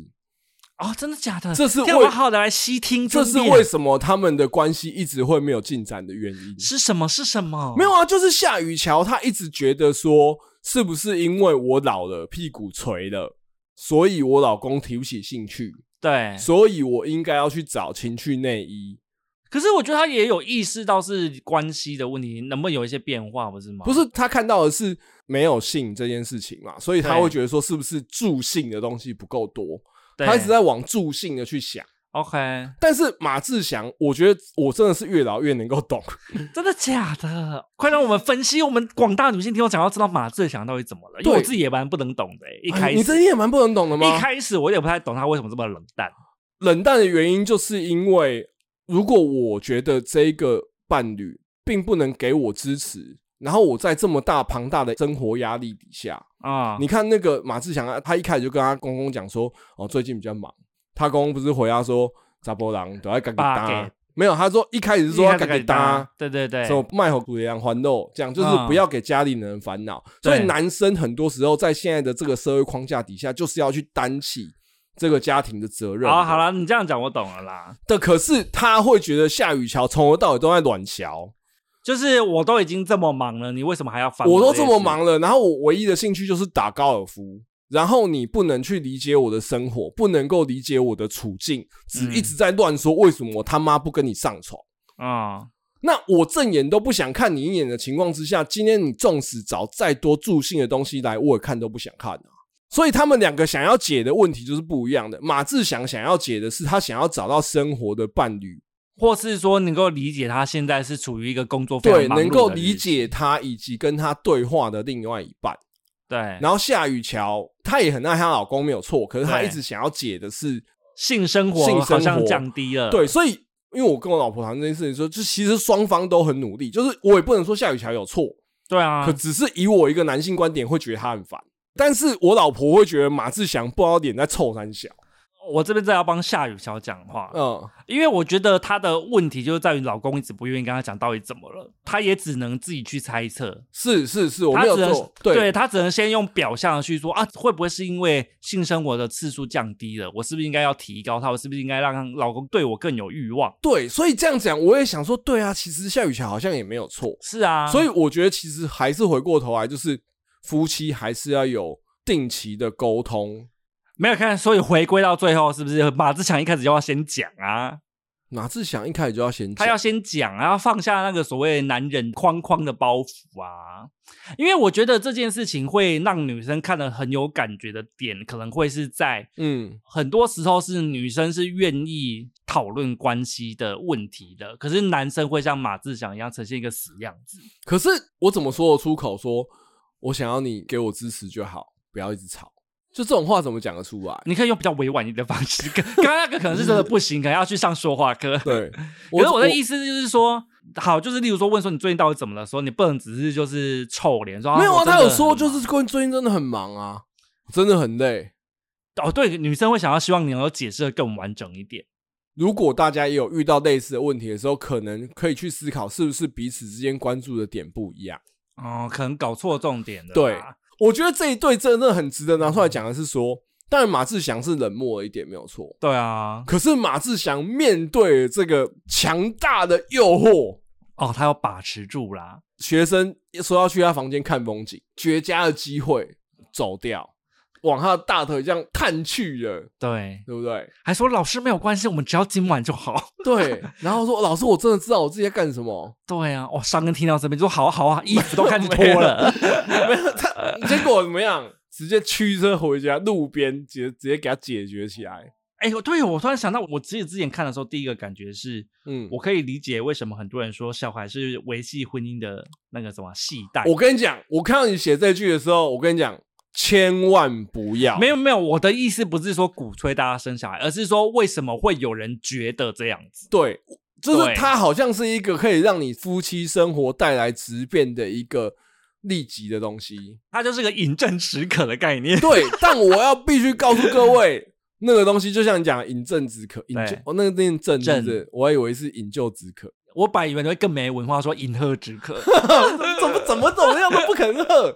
哦，真的假的？这是这样为我好好的来细听这争是辩为什么他们的关系一直会没有进展的原因。是什么？是什么？没有啊，就是夏雨乔他一直觉得说，是不是因为我老了，屁股垂了，所以我老公提不起兴趣，对。所以我应该要去找情趣内衣。可是我觉得他也有意识到是关系的问题，能不能有一些变化，不是吗？不是他看到的是没有性这件事情嘛，所以他对会觉得说是不是助性的东西不够多，对，他一直在往助性的去想。 OK，但是马志祥，我觉得我真的是越老越能够懂，真的假的？快让我们分析，我们广大女性听众想要知道马志祥到底怎么了，因为我对自己也蛮不能懂的、欸一开哎始，你真的也蛮不能懂的吗？一开始我也不太懂他为什么这么冷淡。冷淡的原因就是因为，如果我觉得这个伴侣并不能给我支持，然后我在这么大庞大的生活压力底下，啊，你看那个马志祥啊，他一开始就跟他公公讲说，哦，最近比较忙。他公公不是回答说，查波郎都要赶紧八搭给，没有，他说一开始是说要一开始赶紧搭搭，对对对，什么卖猴骨一样还肉，这样就是哎嗯不要给家里人烦恼。对所以男生很多时候在现在的这个社会框架底下，就是要去担起这个家庭的责任。好好啊了，你这样讲我懂了啦。的，可是他会觉得夏雨乔从头到尾都在卵乔，就是我都已经这么忙了，你为什么还要烦我都这这些么事，忙了，然后我唯一的兴趣就是打高尔夫。然后你不能去理解我的生活，不能够理解我的处境，只嗯一直在乱说为什么我他妈不跟你上床。啊、那我正眼都不想看你一眼的情况之下，今天你纵使找再多助兴的东西来，我也看都不想看啊。所以他们两个想要解的问题就是不一样的。马志祥想要解的是他想要找到生活的伴侣，或是说能够理解他现在是处于一个工作非常对，忙碌的能够日理子，解他以及跟他对话的另外一半。对，然后夏雨乔她也很爱她老公没有错，可是她对一直想要解的是性生活性生活好像降低了，对，所以因为我跟我老婆谈这件事情说，就其实双方都很努力，就是我也不能说夏雨乔有错，对啊可，只是以我一个男性观点，会觉得他很烦。但是我老婆会觉得马志祥不知道脸在臭三小，我这边真的要帮夏雨乔讲话，嗯，因为我觉得她的问题就是在于老公一直不愿意跟她讲到底怎么了，她也只能自己去猜测，是是是，我她没有只能错，对她只能先用表象的去说啊，会不会是因为性生活的次数降低了，我是不是应该要提高她，我是不是应该让老公对我更有欲望？对，所以这样讲，我也想说，对啊，其实夏雨乔好像也没有错，是啊，所以我觉得其实还是回过头来，就是夫妻还是要有定期的沟通。没有看，所以回归到最后，是不是马志强一开始就要先讲啊？马志祥一开始就要先他讲，要先讲啊，要放下那个所谓男人框框的包袱啊。因为我觉得这件事情会让女生看得很有感觉的点，可能会是在嗯，很多时候是女生是愿意讨论关系的问题的，可是男生会像马志祥一样呈现一个死样子。可是我怎么说得出口说，我想要你给我支持就好，不要一直吵，就这种话怎么讲得出来？你可以用比较委婉一点的方式， 刚刚刚那个可能是真的不行，可能要去上说话课。 对，可是我的意思就是说，好，就是例如说问说你最近到底怎么了，说你不能只是就是臭脸说没有啊，我真他的有说很就忙是最最近真的很忙啊，真的很累。哦，对，女生会想要希望你能够解释的更完整一点。如果大家也有遇到类似的问题的时候，可能可以去思考是不是彼此之间关注的点不一样。哦，可能搞错重点了。对，我觉得这一对真的很值得拿出来讲的是说，当然马志祥是冷漠了一点没有错，对啊，可是马志祥面对这个强大的诱惑，哦，他要把持住啦。学生说要去他房间看风景，绝佳的机会走掉，往他的大腿这样探去了，对，对不对？还说老师没有关系，我们只要今晚就好。 对，然后说老师，我真的知道我自己在干什么。对啊，哦，上根听到这边就说好啊好 啊，衣服都开始脱了。没有他，结果怎么样？直接驱车回家，路边直接直接给他解决起来。哎，我对我突然想到，我自己之前看的时候，第一个感觉是嗯，我可以理解为什么很多人说小孩是维系婚姻的那个什么系带。我跟你讲，我看到你写这句的时候，我跟你讲，千万不要。没有，有没有，我的意思不是说鼓吹大家生小孩，而是说为什么会有人觉得这样子？对，就是对它好像是一个可以让你夫妻生活带来质变的一个立即的东西。它就是个饮鸩止渴的概念。 对，但我要必须告诉各位。那个东西就像你讲的饮鸩止渴，饮对鸩哦，那个念鸩是鸩不是？我还以为是饮鸩止渴，我本来以为你会更没文化，说饮鸩止 渴。怎么怎么怎么样都不肯喝。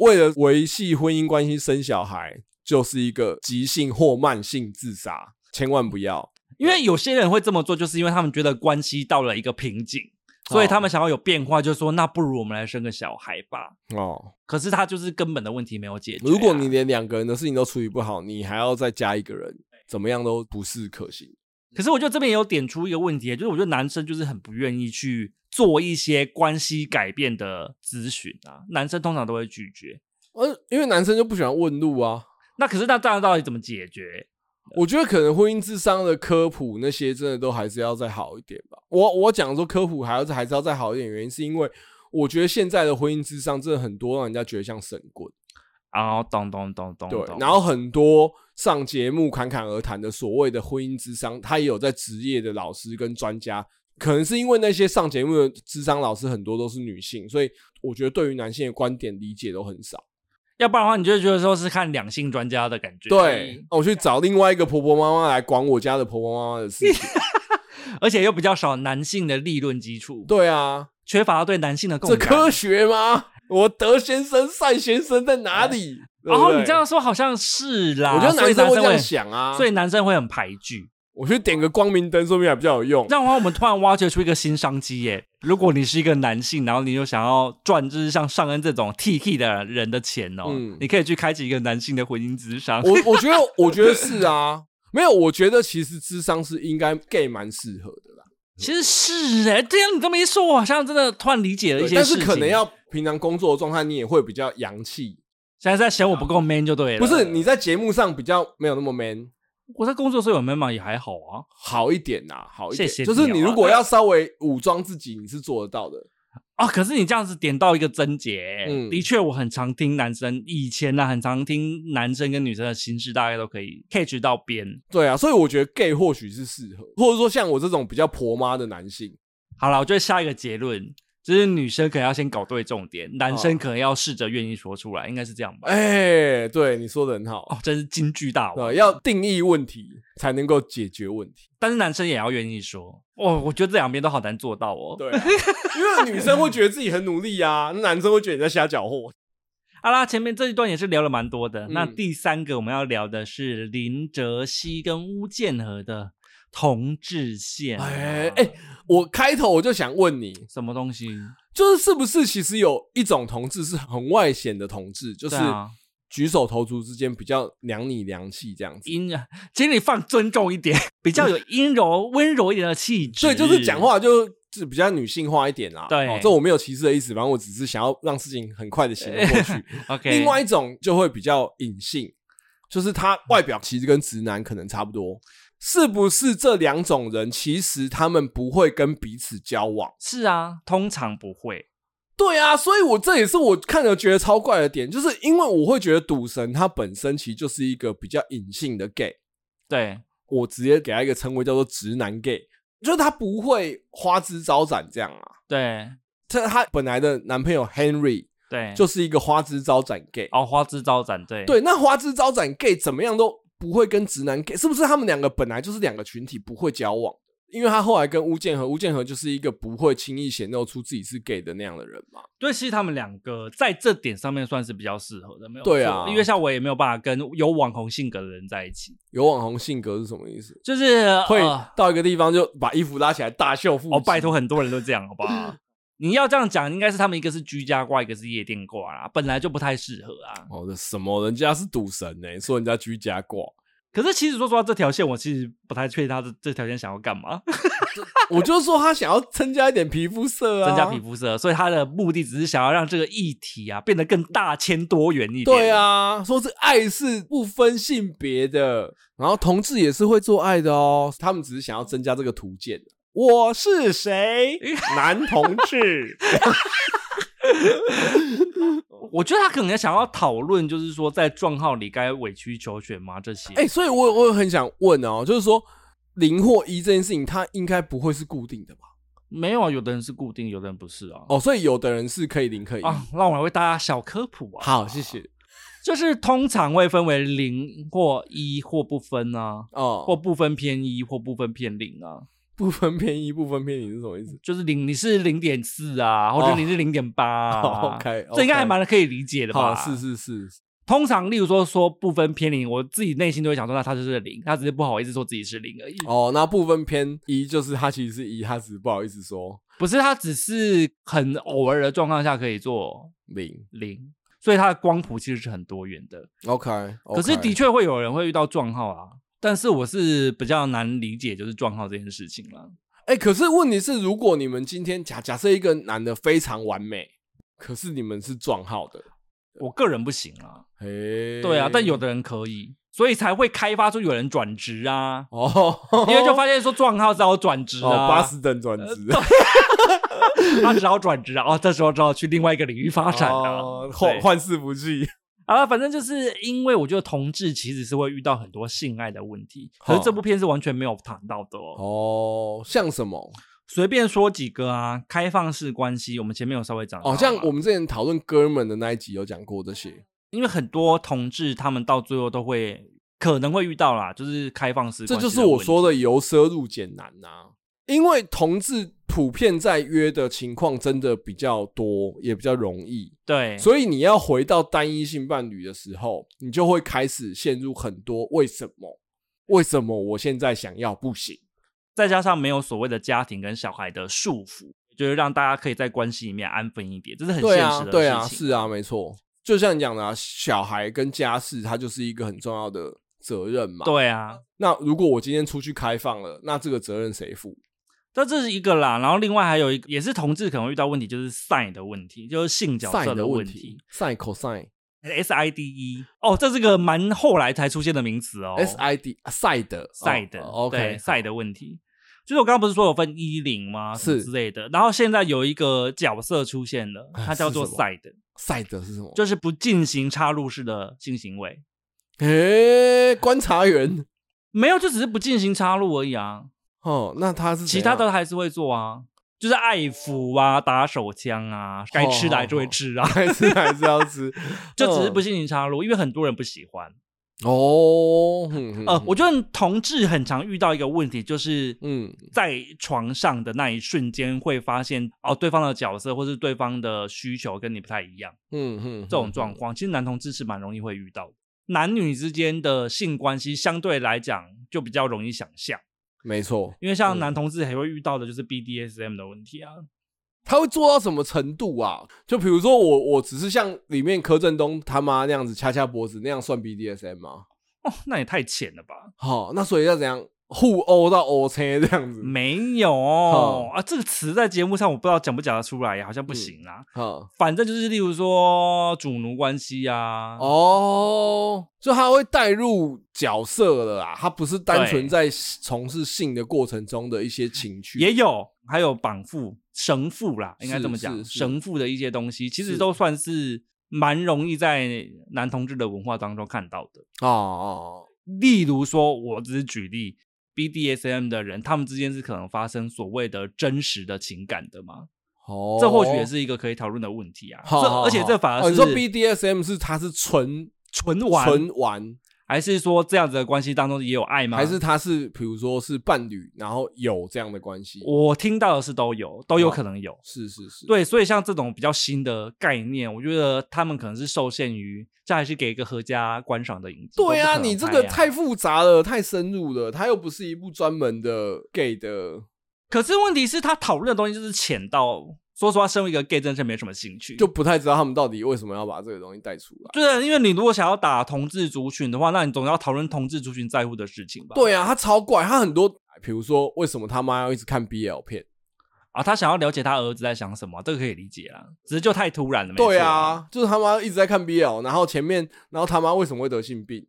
为了维系婚姻关系，生小孩就是一个急性或慢性自杀，千万不要。因为有些人会这么做，就是因为他们觉得关系到了一个瓶颈，所哦以他们想要有变化，就说那不如我们来生个小孩吧。哦，可是他就是根本的问题没有解决啊、如果你连两个人的事情都处理不好，你还要再加一个人，怎么样都不是可行。可是我觉得这边也有点出一个问题，就是我觉得男生就是很不愿意去做一些关系改变的咨询啊，男生通常都会拒绝。呃，因为男生就不喜欢问路啊。那可是那这样到底怎么解决？我觉得可能婚姻智商的科普那些真的都还是要再好一点吧。我我讲说科普还要再还是要再好一点，原因是因为我觉得现在的婚姻智商真的很多让人家觉得像神棍。然后咚咚咚咚对咚，，然后很多上节目侃侃而谈的所谓的婚姻之商，他也有在职业的老师跟专家可能是因为那些上节目的智商老师很多都是女性，所以我觉得对于男性的观点理解都很少。要不然的话，你就会觉得说是看两性专家的感觉。对，我去找另外一个婆婆妈妈来管我家的婆婆妈妈的事情。 而且又比较少男性的立论基础，对啊，缺乏对男性的共这感。科学吗？我德先生、单先生在哪里？对然不后对哎哦你这样，说好像是啦，我觉得所以男男生生会这样会，想啊。所以男生会很排拒。我去点个光明灯，说不定还比较有用。 这样的话，我们突然挖掘出一个新商机耶！如果你是一个男性，然后你又想要赚，就是像尚恩这种 T T 的人的钱哦，嗯你可以去开启一个男性的婚姻咨商。 我我觉得，我觉得是 啊，没有，我觉得其实智商是应该 gay 蛮适合的啦，其实是哎，这样你这么一说，我好像真的突然理解了一对些但事是情。可能要平常工作的状态，你也会比较洋气。现在在嫌我不够 man 就对了。不是你在节目上比较没有那么 man，我在工作的时候有 man 嘛，也还好啊。好一点呐，好一点。谢谢你就啊是你如果要稍微武装自己，你是做得到的。啊、可是你这样子点到一个症结，嗯的确，我很常听男生以前呢、很常听男生跟女生的心事，大概都可以 catch 到边。对啊，所以我觉得 gay 或许是适合，或者说像我这种比较婆妈的男性，好了，我觉得下一个结论就是女生可能要先搞对重点，男嗯生可能要试着愿意说出来，应该是这样吧？哎、对你说的很好，哦，真是金句大王。对，要定义问题才能够解决问题。但是男生也要愿意说，哦，我觉得这两边都好难做到哦。对啊、因为女生会觉得自己很努力啊，那男生会觉得你在瞎搅和。好啦，前面这一段也是聊了蛮多的。嗯那第三个我们要聊的是林哲熙跟邬建和的同志线、啊哎哎，我开头我就想问你，什么东西？就是是不是其实有一种同志是很外显的同志，就是对啊举手投足之间比较娘里娘气这样子。阴，啊请你放尊重一点，比较有阴柔、温柔一点的气质。所以就是讲，话就是比较女性化一点啦。对哦，这我没有歧视的意思，反正我只是想要让事情很快的行得 过去。 OK。另外，一种就会比较隐性，就是他外表其实跟直男可能差不多。是不是这两种人其实他们不会跟彼此交往？是啊，通常不会。对啊，所以我这也是我看了觉得超怪的点，就是因为我会觉得赌神他本身其实就是一个比较隐性的 gay，对，我直接给他一个称谓叫做直男 gay，就是他不会花枝招展这样啊。对，这她本来的男朋友 Henry 对，就是一个花枝招展 gay，、哦，花枝招展，对，，对，那花枝招展 gay 怎么样都不会跟直男 gay，是不是他们两个本来就是两个群体不会交往？因为他后来跟吴建和，吴建和就是一个不会轻易显露出自己是 gay 的那样的人嘛。对，其实他们两个在这点上面算是比较适合的，没有对啊错因为像我也没有办法跟有网红性格的人在一起，有网红性格是什么意思？就是会呃到一个地方就把衣服拉起来大秀腹肌？哦，拜托，很多人都这样，好不 好？你要这样讲，应该是他们一个是居家挂，一个是夜店挂啦，本来就不太适合啊。哦，这什么？人家是赌神呢、说人家居家挂，可是其实说实话，这条线我其实不太确定他这这条线想要干嘛，我就说他想要增加一点皮肤色啊，增加皮肤色，所以他的目的只是想要让这个议题啊变得更大千多元一点。对，啊，说是爱是不分性别的，然后同志也是会做爱的哦，他们只是想要增加这个图鉴。我是 谁？男同志。我觉得他可能想要讨论，就是说在状号里该委曲求全吗？这些， 哎、所以我我很想问哦，就是说零或一这件事情，它应该不会是固定的吧？没有啊，有的人是固定，有的人不是啊。哦，所以有的人是可以零可以一。啊，让我来为大家小科普啊。好，谢谢。就是通常会分为零或一或不分啊，哦，或不分偏一或不分偏零啊。不分偏一，不分偏零是什么意思？就是零，你是零点四啊，或者你是零点八啊 哦，OK，OK 这应该还蛮可以理解的吧？好，是。是是，通常，例如说说不分偏零，我自己内心都会想说，那他就是零，他只是不好意思说自己是零而已。哦，那不分偏一就是他其实是一，他只是不好意思说不是，他只是很偶尔的状况下可以做零。零，所以他的光谱其实是很多元的。 OK，, 可是的确会有人会遇到撞号啊，但是我是比较难理解就是撞号这件事情了。哎、可是问题是，如果你们今天假假设一个男的非常完美，可是你们是撞号的，我个人不行啊，嘿，对啊，但有的人可以，所以才会开发出有人转职啊，哦，因为就发现说撞号只好转职哦啊，八十等转职，他只好转职啊，哦，这时候只好去另外一个领域发展啊。哦对换换伺服器，啊，反正就是因为我觉得同志其实是会遇到很多性爱的问题，可是这部片是完全没有谈到的哦。哦，像什么？随便说几个啊，开放式关系，我们前面有稍微讲到哦，像嘛我们之前讨论哥们的那一集有讲过这些，因为很多同志他们到最后都会可能会遇到啦，就是开放式关系这问就题，是我说的由奢入俭难呐、因为同志普遍在约的情况真的比较多，也比较容易，对，所以你要回到单一性伴侣的时候，你就会开始陷入很多为什么？为什么我现在想要不行？再加上没有所谓的家庭跟小孩的束缚，就是让大家可以在关系里面安分一点，这是很现对实啊的事情。，对啊，是啊，没错。就像你讲的、啊，小孩跟家事，它就是一个很重要的责任嘛。。对啊，那如果我今天出去开放了，那这个责任谁负？这这是一个啦。然后另外还有一个，也是同志可能会遇到问题，就是 sign 的问题，就是性角 sin 色的问题，sin、cosine、 S I D E 哦，这是个蛮后来才出现的名词哦。 s i d 啊赛哦的赛的、 o 对 k 赛的问题。就是我刚刚不是说有分一零吗？什么是之类的。然后现在有一个角色出现了，哎它叫做是什么赛的，赛的是什么？就是不进行插入式的性行为。诶、观察员没有，就只是不进行插入而已啊，哦，那他是其怎他样的还是会做啊，就是爱抚啊、打手枪啊，该吃的还是哦会吃啊，，还是还是要吃就只是嗯不进行插入，因为很多人不喜欢。哦，哼哼呃哼，我觉得同志很常遇到一个问题，就是嗯在床上的那一瞬间会发现哦，对方的角色或是对方的需求跟你不太一样，嗯嗯，这种状况，其实男同志是蛮容易会遇到的。男女之间的性关系相对来讲就比较容易想象，没错，因为像男同志还会遇到的就是 BDSM 的问题啊，他会做到什么程度啊？就比如说我，我只是像里面柯震东他妈那样子掐掐脖子，那样算 BDSM 吗？哦，那也太浅了吧？好、那所以要怎样互殴到殴车这样子？没有、嗯哦啊，这个词在节目上我不知道讲不讲得出来，好像不行嗯啦。好、反正就是例如说主奴关系啊，哦，就他会带入角色了啦，他不是单对纯在从事性的过程中的一些情绪，也有，还有绑缚、绳缚啦，应该是这么讲，是是绳缚的一些东西，其实是都算是蛮容易在男同志的文化当中看到的。哦哦，例如说，我只是举例。BDSM 的人，他们之间是可能发生所谓的真实的情感的嘛？哦这或许也是一个可以讨论的问题啊。好，这好而且好这反而哦是你说 BDSM 是他是纯纯玩纯玩，还是说这样子的关系当中也有爱吗？还是他是比如说是伴侣，然后有这样的关系？我听到的是都有，都有可能有。是是是，对，所以像这种比较新的概念，我觉得他们可能是受限于，这还是给一个合家观赏的影集。对啊，啊，你这个太复杂了，太深入了，它又不是一部专门的 gay 的，可是问题是，他讨论的东西就是浅到，说实话，身为一个 gay，真是没什么兴趣。就不太知道他们到底为什么要把这个东西带出来。对，因为你如果想要打同志族群的话，那你总要讨论同志族群在乎的事情吧？对啊，他超怪，他很多，比如说为什么他妈要一直看 BL 片？啊，他想要了解他儿子在想什么，这个可以理解啦。只是就太突然了，没对错啊，就是他妈一直在看 BL，然后前面，然后他妈为什么会得性病？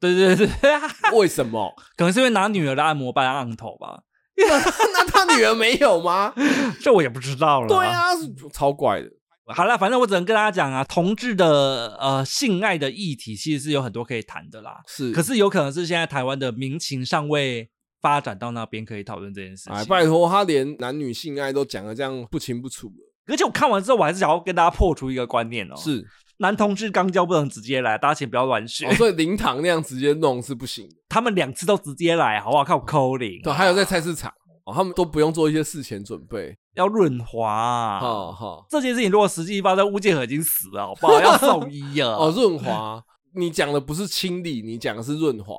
对对对对，为什 么？可能是因为拿女儿的按摩棒按头吧，那他女儿没有吗？这我也不知道了。对，啊，超怪的。好了，反正我只能跟大家讲啊，同志的呃性爱的议题其实是有很多可以谈的啦。是，可是有可能是现在台湾的民情尚未发展到那边可以讨论这件事情。哎，拜托，他连男女性爱都讲的这样不清不楚了。而且我看完之后，我还是想要跟大家破除一个观念哦，是，男同志肛交不能直接来，大家请不要乱学，哦，所以灵堂那样直接弄是不行的。他们两次都直接来，好不好？靠扣零，对，还有在菜市场，哦，他们都不用做一些事前准备。要润滑、啊。哈哈，这件事情如果实际发生，巫建和已经死了，好不好？要送医啊！ 哦，润滑，你讲的不是清理，你讲的是润滑。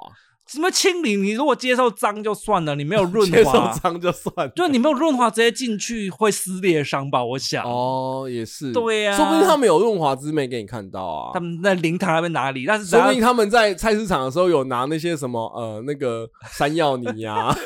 什么清理？你如果接受脏就算了，你没有 润哦接受滑，脏就算了。就你没有润滑直接进去会撕裂伤吧？我想，哦，也是，啊对啊说不定他们有润滑，只是没给你看到啊他。们在灵堂那边哪里？但是只说不定要他们在菜市场的时候有拿那些什么呃那个山药泥呀、啊，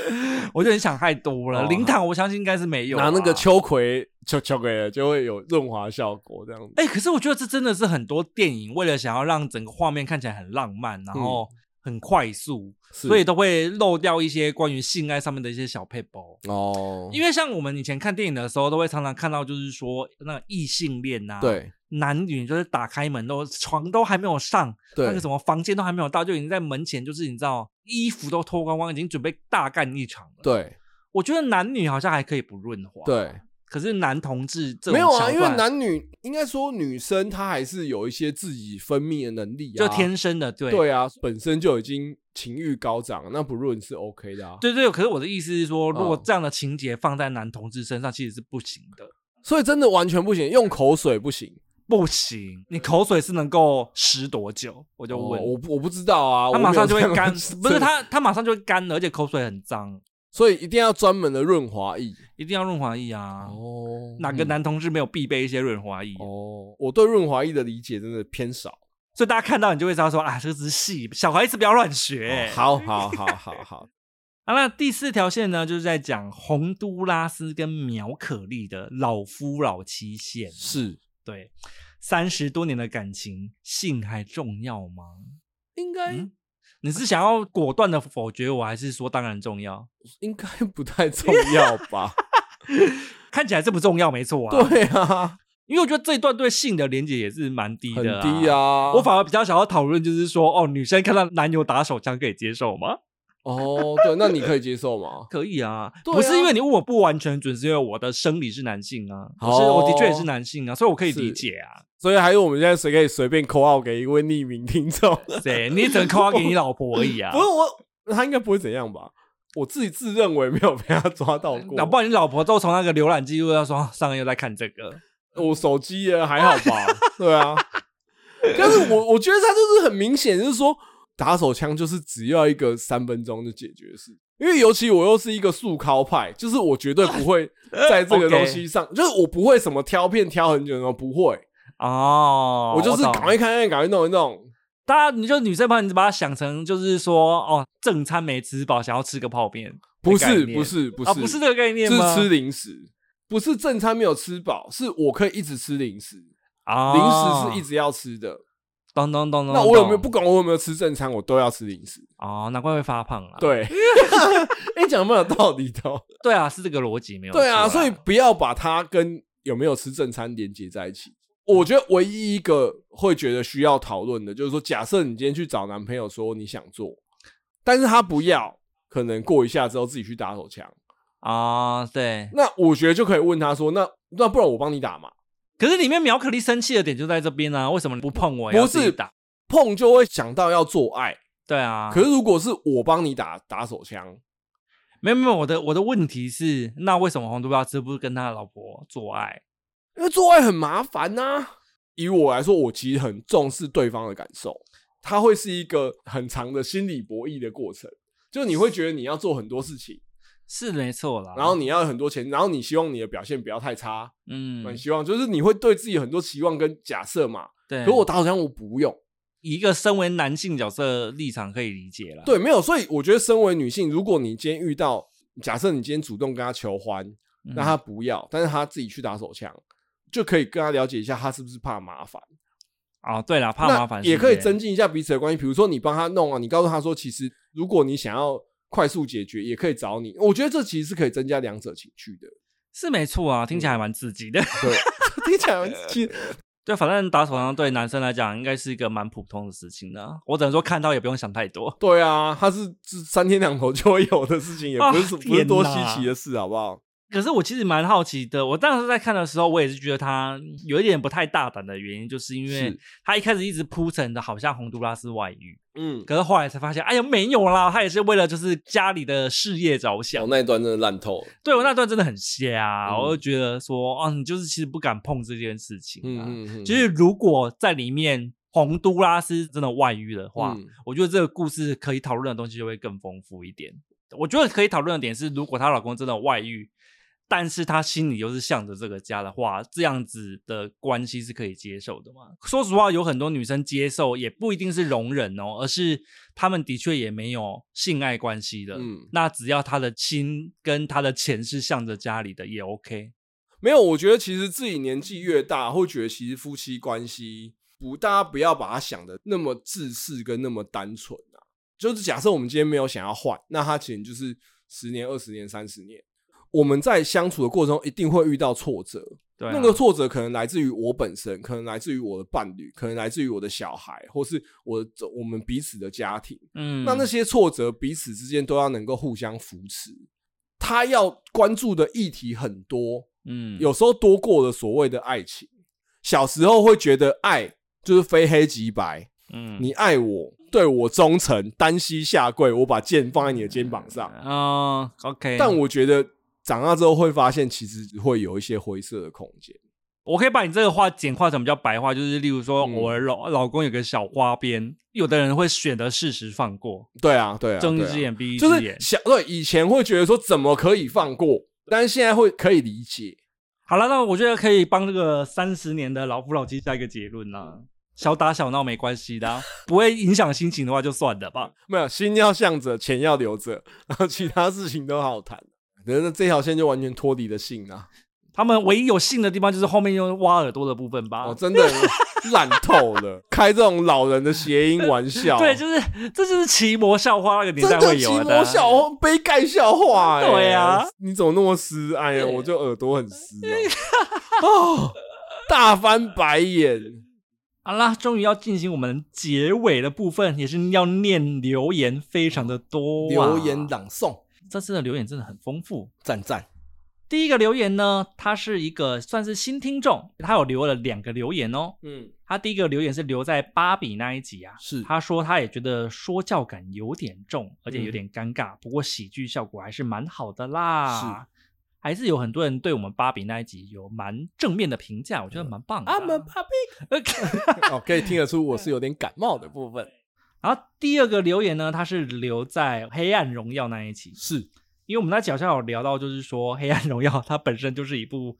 我就很想太多了。哦灵堂我相信应该是没 有啊拿那个。秋葵秋秋葵就会有润滑效果这样子。哎、可是我觉得这真的是很多电影为了想要让整个画面看起来很浪漫，然后很快速，嗯是所以都会漏掉一些关于性爱上面的一些小配包。哦，因为像我们以前看电影的时候，都会常常看到，就是说那个异性恋呐、，对男女就是打开门都床都还没有上，对那个什么房间都还没有到，就已经在门前，就是你知道衣服都脱光光，已经准备大干一场了。，对，我觉得男女好像还可以不润滑，。对，可是男同志这种没有想啊，法因为男女应该说女生她还是有一些自己分泌的能力啊，就天生的，对对啊，本身就已经情欲高涨，那不润是 OK 的啊。对对。可是我的意思是说，如果嗯这样的情节放在男同志身上，其实是不行的，所以真的完全不行，用口水不行。不行。你口水是能够湿多久？我就哦问，我不我不知道啊，他马上就会我没有这干，样不是，他他马上就会干了，而且口水很脏，所以一定要专门的润滑液。一定要润滑液啊。哦哪个男同志没有必备一些润滑液？啊哦，我对润滑液的理解真的偏 少。所以大家看到你就会知道说啊，这个只是戏，小孩子不要乱学。哦好好好好 好，啊，那第四条线呢，就是在讲洪都拉斯跟苗可丽的老夫老妻线。是对，三十多年的感情，性还重要吗？应该、嗯你是想要果断的否决我，还是说当然重要？应该不太重要吧？看起来这不重要，没错啊。，对啊，因为我觉得这一段对性的连接也是蛮低很的、低。啊。我反而比较想要讨论，就是说，哦，女生看到男友打手枪可以接受吗？哦，对，那你可以接受吗？ 可以啊，对不是啊因为你问我不完全准，是因为我的生理是男性啊，我是、哦我的确也是男性啊，所以我可以理是解啊。所以还有我们现在谁可以随便扣号给一位匿名听众？对，你只能夸给你老婆而已啊 不。是我，他应该不会怎样吧？我自己自认为没有被他抓到过，嗯那不然你老婆都从那个浏览记录要说啊上个又在看这个，我手机也还好 吧？对啊，但是我我觉得他就是很明显，就是说打手枪就是只要一个三分钟就解决的事。因为尤其我又是一个速靠派，就是我绝对不会在这个 OK 东西上， 就是我不会什么挑片挑很久那种，不会，哦，我就是懂赶快看看，赶快弄一弄。大家你就女生朋友，你把它想成就是说哦，正餐没吃饱，想要吃个泡面，不的概是念不是不是、啊，不是这个概念是吗？吃零食，不是正餐没有吃饱，是我可以一直吃零食，啊，零食是一直要吃的。哦咚咚咚咚。那我有没有咚不管我有没有吃正餐，我都要吃零食。哦，难怪会发胖啊。 对，哎，讲得蛮有道理的哦。对啊，是这个逻辑没有错。对啊，所以不要把它跟有没有吃正餐连接在一起。嗯我觉得唯一一个会觉得需要讨论的，就是说，假设你今天去找男朋友说你想做，但是他不要，可能过一下之后自己去打手枪，啊，对。那我觉得就可以问他说，那那不然我帮你打嘛？可是里面苗可丽生气的点就在这边啊，为什么你不碰我？不要自己是打？碰就会想到要做爱，对啊，可是如果是我帮你打打手枪，没有没有，我的我的问题是，那为什么洪都拉斯不跟他的老婆做爱？因为做爱很麻烦呐、以我来说，我其实很重视对方的感受，它会是一个很长的心理博弈的过程。就你会觉得你要做很多事情，是没错啦。然后你要有很多钱，然后你希望你的表现不要太差，很嗯，希望就是你会对自己很多期望跟假设嘛。对。可我打手枪我不用，以一个身为男性角色的立场可以理解了。对，没有。所以我觉得身为女性，如果你今天遇到，假设你今天主动跟他求欢，嗯，那他不要，但是他自己去打手枪，就可以跟他了解一下他是不是怕麻烦，哦，对啦，怕那麻烦也可以增真进一下彼此的关系。比如说你帮他弄啊，你告诉他说，其实如果你想要快速解决，也可以找你。我觉得这其实是可以增加两者情趣的。是没错嗯啊，听起来还蛮刺激的。 对， 听起来 其实对，反正打手枪对男生来讲应该是一个蛮普通的事情的、我只能说看到也不用想太多。对啊，他是是三天两头就会有的事情，也不是什、啊不是多稀天哪奇的事，好不好？可是我其实蛮好奇的，我当时在看的时候，我也是觉得他有一点不太大胆的原因，就是因为是他一开始一直铺陈的好像洪都拉斯外遇，嗯，可是后来才发现，哎呀没有啦，他也是为了就是家里的事业着想。那一段真的烂透了。对我那段真的很瞎，嗯我就觉得说，哦，你就是其实不敢碰这件事情啊。嗯嗯嗯，就是如果在里面洪都拉斯真的外遇的话，嗯我觉得这个故事可以讨论的东西就会更丰富一点。我觉得可以讨论的点是，如果她老公真的外遇，但是她心里又是向着这个家的话，这样子的关系是可以接受的嘛？说实话，有很多女生接受也不一定是容忍哦，而是她们的确也没有性爱关系的。嗯那只要她的心跟她的钱是向着家里的，也 OK。没有，我觉得其实自己年纪越大，会觉得其实夫妻关系不，大家不要把它想的那么自私跟那么单纯啊。就是假设我们今天没有想要换，那它其实就是十年、二十年、三十年，我们在相处的过程中一定会遇到挫折。对啊、那个挫折可能来自于我本身，可能来自于我的伴侣，可能来自于我的小孩，或是我的我们彼此的家庭。嗯，那那些挫折彼此之间都要能够互相扶持。他要关注的议题很多，嗯，有时候多过了所谓的爱情。小时候会觉得爱就是非黑即白，嗯你爱我，对我忠诚，单膝下跪，我把剑放在你的肩膀上。嗯，OK，但我觉得长大之后会发现，其实会有一些灰色的空间。我可以把你这个话简化成比较白话，就是例如说，嗯我的老老公有个小花边，有的人会选择适时放过，对啊，对啊，睁一对啊只眼闭一只就是眼。小对以前会觉得说怎么可以放过，但是现在会可以理解。好了，那我觉得可以帮这个三十年的老夫老妻下一个结论啦。小打小闹没关系的啊、不会影响心情的话就算了吧。没有心要向着，钱要留着，然后其他事情都好谈。可是这条线就完全脱离了性啊！他们唯一有幸的地方就是后面用挖耳朵的部分吧。哦，真的烂透 了，开这种老人的谐音玩笑，对，就是这就是奇摩校花那个年代真的会奇有的魔笑话、杯盖笑话、欸。对啊，你怎么那么湿？哎呀，我就耳朵很湿 哦，哦大翻白 眼。好啦，终于要进行我们结尾的部分，也是要念留言，非常的多、啊。留言朗诵，这次的留言真的很丰富。赞赞。第一个留言呢，他是一个算是新听众，他有留了两个留言哦。嗯，他第一个留言是留在芭比那一集啊，是他说他也觉得说教感有点重，而且有点尴尬，不过喜剧效果还是蛮好的啦。是，还是有很多人对我们芭比那一集有蛮正面的评价，我觉得蛮棒的啊。芭比。 哦，可以听得出我是有点感冒的部分。 然后第二个留言呢，他是留在《黑暗荣耀》那一期， 是，因为我们在脚下有聊到，就是说《黑暗荣耀》它本身就是一部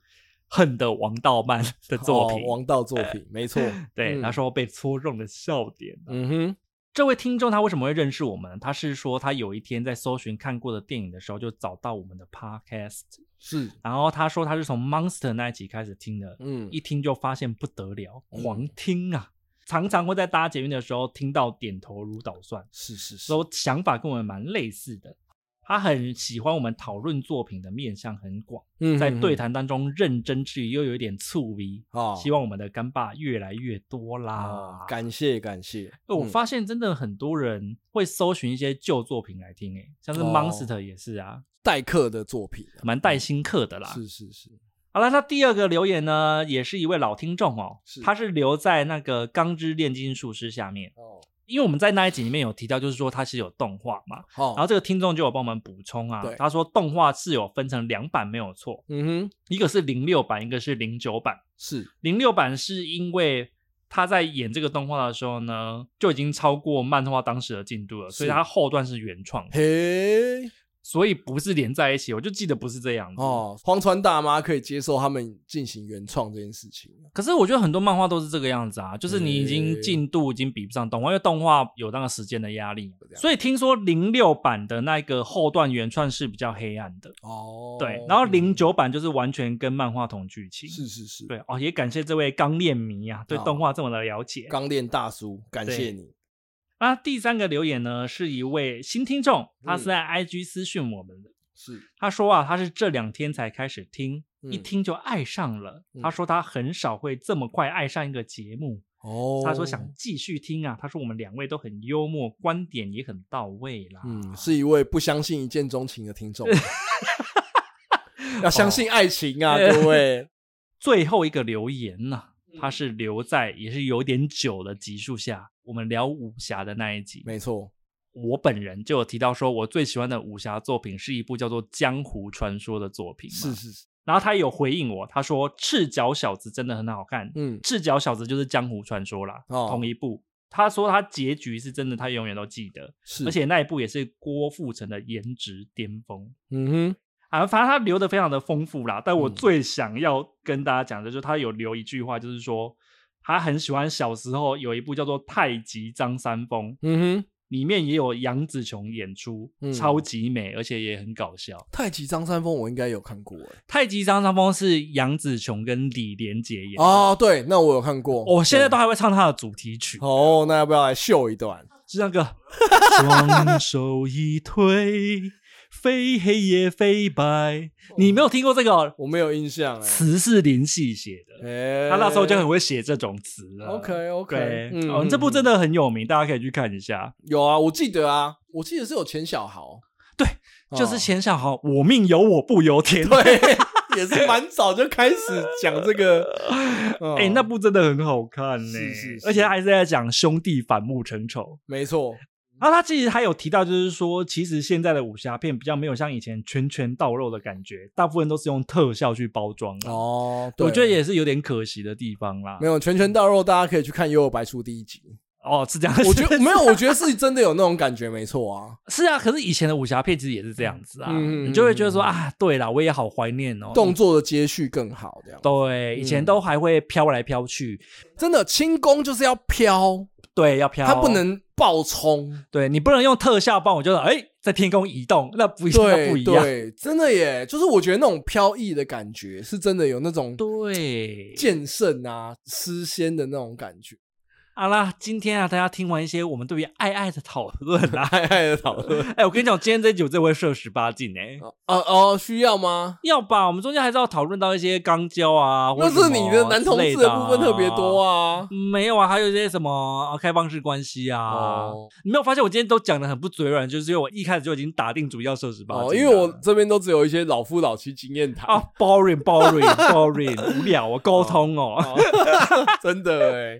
恨的王道漫的作品。哦王道作 品，没错。对，嗯他说被戳中的笑点。嗯哼，这位听众他为什么会认识我们？他是说他有一天在搜寻看过的电影的时候，就找到我们的 podcast，是，然后他说他是从 Monster 那一集开始听的，嗯，一听就发现不得了，狂听啊！常常会在搭捷运的时候听到点头如捣蒜。是是是，都想法跟我们蛮类似的。他很喜欢我们讨论作品的面向很广，嗯在对谈当中认真之余又有一点醋味。啊，希望我们的干爸越来越多啊啦！，感谢感谢。呃我嗯发现真的很多人会搜寻一些旧作品来听、欸，像是哦 Monster 也是啊，代课的作品啊蛮带新客的啦。是是是，好了，那第二个留言呢，也是一位老听众哦，是他是留在那个《钢之炼金术师》下面，哦因为我们在那一集里面有提到，就是说他是有动画嘛，然后哦，这个听众就有帮我们补充啊对，他说动画是有分成两版没有错，嗯哼，一个是零六版，一个是零九版。是零六版是因为他在演这个动画的时候呢，就已经超过漫画当时的进度了，是所以他后段是原创，嘿所以不是连在一起。我就记得不是这样子。哦，荒川大妈可以接受他们进行原创这件事情，可是我觉得很多漫画都是这个样子啊，就是你已经进度已经比不上动画，因为动画有那个时间的压力。所以听说零六版的那个后段原创是比较黑暗的，哦，对。然后嗯零九版就是完全跟漫画同剧情，是是是，对哦，也感谢这位钢炼迷啊，对哦动画这么的了解。钢炼大叔，感谢对你，那第三个留言呢，是一位新听众，他是嗯在 IG 私讯我们的。是他说啊，他是这两天才开始听，一嗯听就爱上了。嗯他说他很少会这么快爱上一个节目，哦，他说想继续听啊。他说我们两位都很幽默，观点也很到位啦。嗯，是一位不相信一见钟情的 听众，要相信爱情啊，哦 各位。最后一个留言呢、他是留在也是有点久的集数下，我们聊武侠的那一集。没错，我本人就有提到说，我最喜欢的武侠作品是一部叫做《江湖传说》的作品。是，是是，然后他有回应我，他说《赤脚小子》真的很好看，嗯，赤脚小子》就是《江湖传说》啦，哦同一部。他说他结局是真的，他永远都记得，是，而且那一部也是郭富城的颜值巅峰。嗯哼，啊，反正他留的非常的丰富啦。但我嗯最想要跟大家讲的就是，他有留一句话，就是说他很喜欢小时候有一部叫做《太极张三丰》，嗯哼，里面也有杨紫琼演出，嗯超级美，而且也很搞笑。太极张三丰我应该有看过，哎太极张三丰是杨紫琼跟李连杰演的，哦，对，那我有看过，我现在哦对都还会唱他的主题曲，哦，那要不要来秀一段？是那 个双手一推，非黑也非白。你没有听过这个哦？我没有印象哎、词是林夕写的，哎，他那时候就很会写这种词了。 OK OK，对，嗯，哦，这部真的很有名，大家可以去看一下。有啊，我记得啊，我记得是有钱小豪，就是钱小豪，我命由我不由天。 对， 也是蛮早就开始讲这个。 嗯哎、那部真的很好看呢、哦是是是而且还是在讲兄弟反目成仇。没错，然后他其实还有提到，就是说，其实现在的武侠片比较没有像以前拳拳到肉的感觉，大部分都是用特效去包装、啊。哦，哦，对我觉得也是有点可惜的地方啦没。有拳拳到肉，大家可以去看《幽游白书》第一集。 哦，是这样，我觉得没有，我觉得是真的有那种感觉，没 错啊，是啊。可是以前的武侠片其实也是这样子啊，嗯你就会觉得说啊，对啦，我也好怀念哦。动嗯作的接续更好，这样。对，以前都还会飘来飘去，真的轻功就是要飘，对，要飘，它不能爆冲。对你不能用特效帮我，就是哎，在天空移动，那不一样，那对不一样，对，真的耶，就是我觉得那种飘逸的感觉是真的有那种对。剑圣啊、诗仙的那种感觉。好啦，今天啊，大家听完一些我们对于爱爱的讨论啊啦。爱爱的讨论， 哎、我跟你讲，今天这一集我这会设十八禁哎、 哦哦，需要吗？要吧？我们中间还是要讨论到一些肛交啊，或那者是你的男同志的部分特别多啊。啊。嗯没有啊，还有一些什么啊开放式关系啊，哦你没有发现我今天都讲的很不嘴软，就是因为我一开始就已经打定主意要设十八禁了、哦，因为我这边都只有一些老夫老妻经验谈，啊 boring boring boring 无聊啊，沟通哦。哦 真的哎，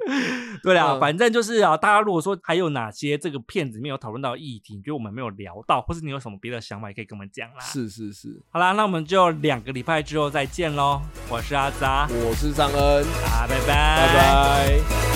对啦，嗯反正就是啊，大家如果说还有哪些这个片子里面有讨论到的议题，你觉得我们没有聊到，或是你有什么别的想法，也可以跟我们讲啦。是是是，好啦，那我们就两个礼拜之后再见喽。我是阿杂，我是张恩，啊，拜拜，拜。拜。